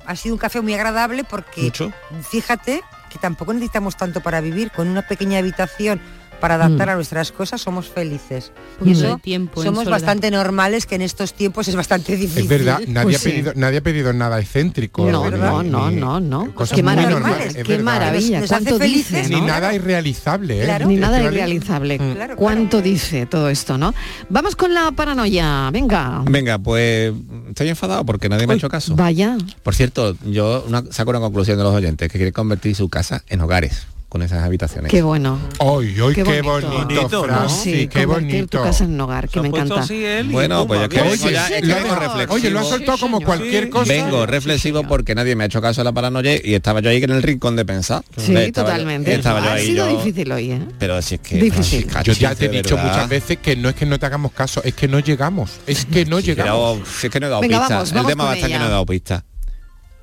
Speaker 8: Ha sido un café muy agradable porque
Speaker 6: Mucho.
Speaker 8: fíjate que tampoco necesitamos tanto para vivir. Con una pequeña habitación para adaptar a nuestras cosas somos felices. Y
Speaker 9: Mm.
Speaker 8: eso
Speaker 9: Solo Mm. tiempo en
Speaker 8: somos
Speaker 9: soledad.
Speaker 8: bastante normales que en estos tiempos es bastante difícil.
Speaker 7: Es verdad,
Speaker 9: Pues
Speaker 7: nadie, ha pedido, nadie ha pedido nada excéntrico.
Speaker 8: No, no, no,
Speaker 5: Pues no, no.
Speaker 7: Cosas
Speaker 5: Qué
Speaker 7: muy
Speaker 5: maravilla,
Speaker 7: normales, es
Speaker 5: qué
Speaker 7: verdad.
Speaker 5: maravilla, Nos hace cuánto dice, felices, ¿no?
Speaker 7: Ni nada irrealizable, ¿eh?
Speaker 5: Ni nada
Speaker 7: Estivali.
Speaker 5: irrealizable.
Speaker 7: Mm.
Speaker 5: ¿Cuánto dice todo esto, no? Vamos con la paranoia. Venga.
Speaker 29: Venga, pues estoy enfadado porque nadie me ha hecho caso.
Speaker 5: Vaya.
Speaker 29: Por cierto, yo una- saco una conclusión de los oyentes, que quiere convertir su casa en hogares con esas habitaciones.
Speaker 5: Qué bueno.
Speaker 7: Hoy, hoy, qué, bonito,
Speaker 29: Bonito,
Speaker 7: Fran,
Speaker 29: ¿no?
Speaker 7: sí,
Speaker 29: Sí,
Speaker 7: qué
Speaker 29: convertir
Speaker 7: bonito.
Speaker 5: Tu casa en un hogar, que me encanta.
Speaker 29: Bueno, pues ya que
Speaker 7: Oye,
Speaker 29: vengo ya, es que
Speaker 7: lo ha
Speaker 29: vengo
Speaker 7: dejado-
Speaker 29: reflexivo.
Speaker 7: oye, lo ha soltado como cualquier cosa.
Speaker 29: Vengo reflexivo porque nadie me ha hecho caso a la paranoia y estaba yo ahí en el rincón de pensar.
Speaker 5: Sí,
Speaker 29: Estaba yo-
Speaker 5: totalmente.
Speaker 29: estaba yo
Speaker 5: ha
Speaker 29: ahí
Speaker 5: sido
Speaker 29: yo-
Speaker 5: difícil hoy, ¿eh?
Speaker 29: Pero si es que
Speaker 5: Difícil.
Speaker 29: Francisca,
Speaker 7: Yo ya
Speaker 29: sí,
Speaker 7: te he
Speaker 29: de
Speaker 7: dicho
Speaker 29: verdad.
Speaker 7: muchas veces que no es que no te hagamos caso, es que no llegamos, es que no llegamos.
Speaker 29: Pero si es que no he dado
Speaker 7: Venga,
Speaker 29: pista.
Speaker 7: vamos,
Speaker 29: el
Speaker 7: vamos
Speaker 29: tema
Speaker 7: con
Speaker 29: va a estar que
Speaker 7: ella.
Speaker 29: no he dado pista.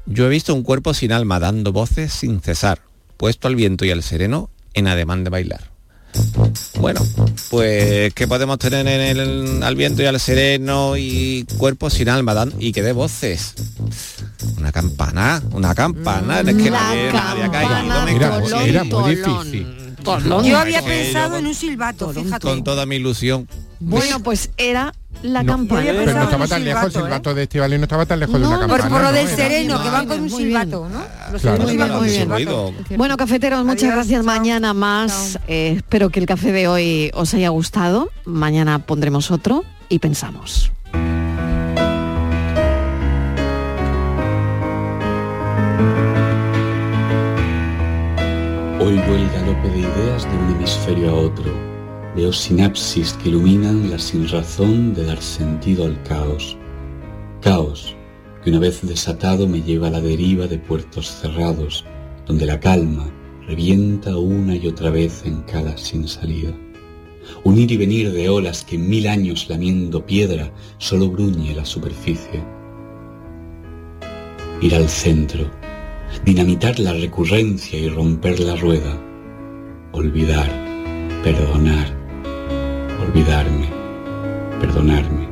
Speaker 29: Yo he visto un cuerpo sin alma dando voces sin cesar, puesto al viento y al sereno en ademán de bailar. Bueno, pues ¿qué podemos tener en el, al viento y al sereno y cuerpos sin alma dan, y que dé voces? Una campana, una campana, es
Speaker 7: Mm,
Speaker 29: que nadie, nadie ha caído. me
Speaker 7: Era,
Speaker 29: cago en-
Speaker 7: era muy difícil.
Speaker 8: Yo había
Speaker 29: Es que yo
Speaker 8: pensado
Speaker 29: con-
Speaker 8: en un silbato, fíjate.
Speaker 29: con toda mi ilusión
Speaker 5: Bueno, pues era la
Speaker 7: No,
Speaker 5: campana.
Speaker 7: pero no estaba tan lejos, el silbato de Estivali no estaba tan lejos de una campana.
Speaker 8: Por, por lo
Speaker 7: ¿no?
Speaker 5: ¿eh?
Speaker 8: del
Speaker 7: Era-
Speaker 8: sereno, que van con un silbato, ¿no? Los
Speaker 7: Claro.
Speaker 8: silbatos
Speaker 7: Muy
Speaker 8: van
Speaker 7: bien,
Speaker 8: con
Speaker 7: muy
Speaker 8: un
Speaker 7: bien.
Speaker 8: silbato.
Speaker 5: Bueno, cafeteros, muchas gracias. Mañana más. Eh, espero que el café de hoy os haya gustado. Mañana pondremos otro y pensamos.
Speaker 30: Oigo el galope de ideas de un hemisferio a otro. Veo sinapsis que iluminan la sinrazón de dar sentido al caos. Caos que una vez desatado me lleva a la deriva de puertos cerrados, donde la calma revienta una y otra vez en cada sin salida. Un ir y venir de olas que en mil años lamiendo piedra solo bruñe la superficie. ir al centro, dinamitar la recurrencia y romper la rueda, olvidar, perdonar, olvidarme, perdonarme,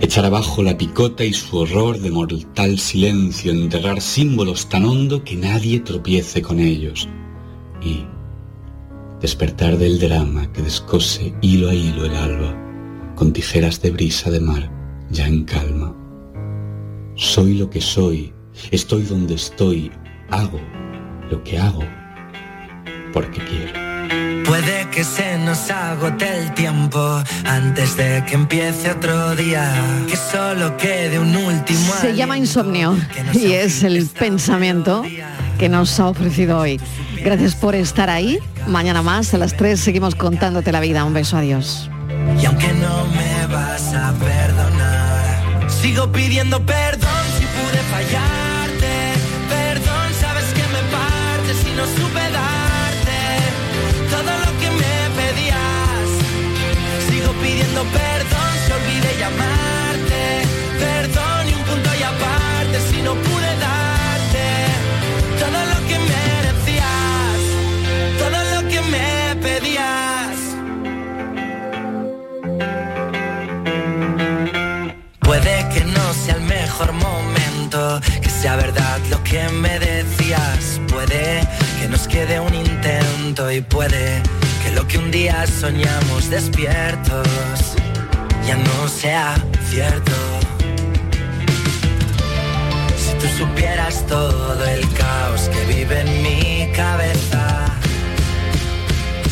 Speaker 30: echar abajo la picota y su horror de mortal silencio, enterrar símbolos tan hondo que nadie tropiece con ellos y despertar del drama que descose hilo a hilo el alba, con tijeras de brisa de mar ya en calma. Soy lo que soy, estoy donde estoy, hago lo que hago, porque quiero.
Speaker 1: Puede que se nos agote el tiempo antes de que empiece otro día. Que solo quede un último.
Speaker 5: Se llama insomnio y es el pensamiento que nos ha ofrecido hoy. Gracias por estar ahí. Mañana más a las 3 seguimos contándote la vida. Un beso, adiós.
Speaker 1: Y aunque no me vas a perdonar, sigo pidiendo perdón si pude fallarte. Perdón, sabes que me partes si no supe darte todo lo que me pedías. Sigo pidiendo perdón si olvidé llamarte. Perdón y un punto y aparte si no pude darte todo lo que merecías, todo lo que me pedías. Puede que no sea el mejor momento, que sea verdad lo que me decías. Puede que nos quede un intento y puede que lo que un día soñamos despiertos ya no sea cierto. Si tú supieras todo el caos que vive en mi cabeza,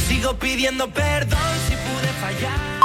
Speaker 1: sigo pidiendo perdón si pude fallar.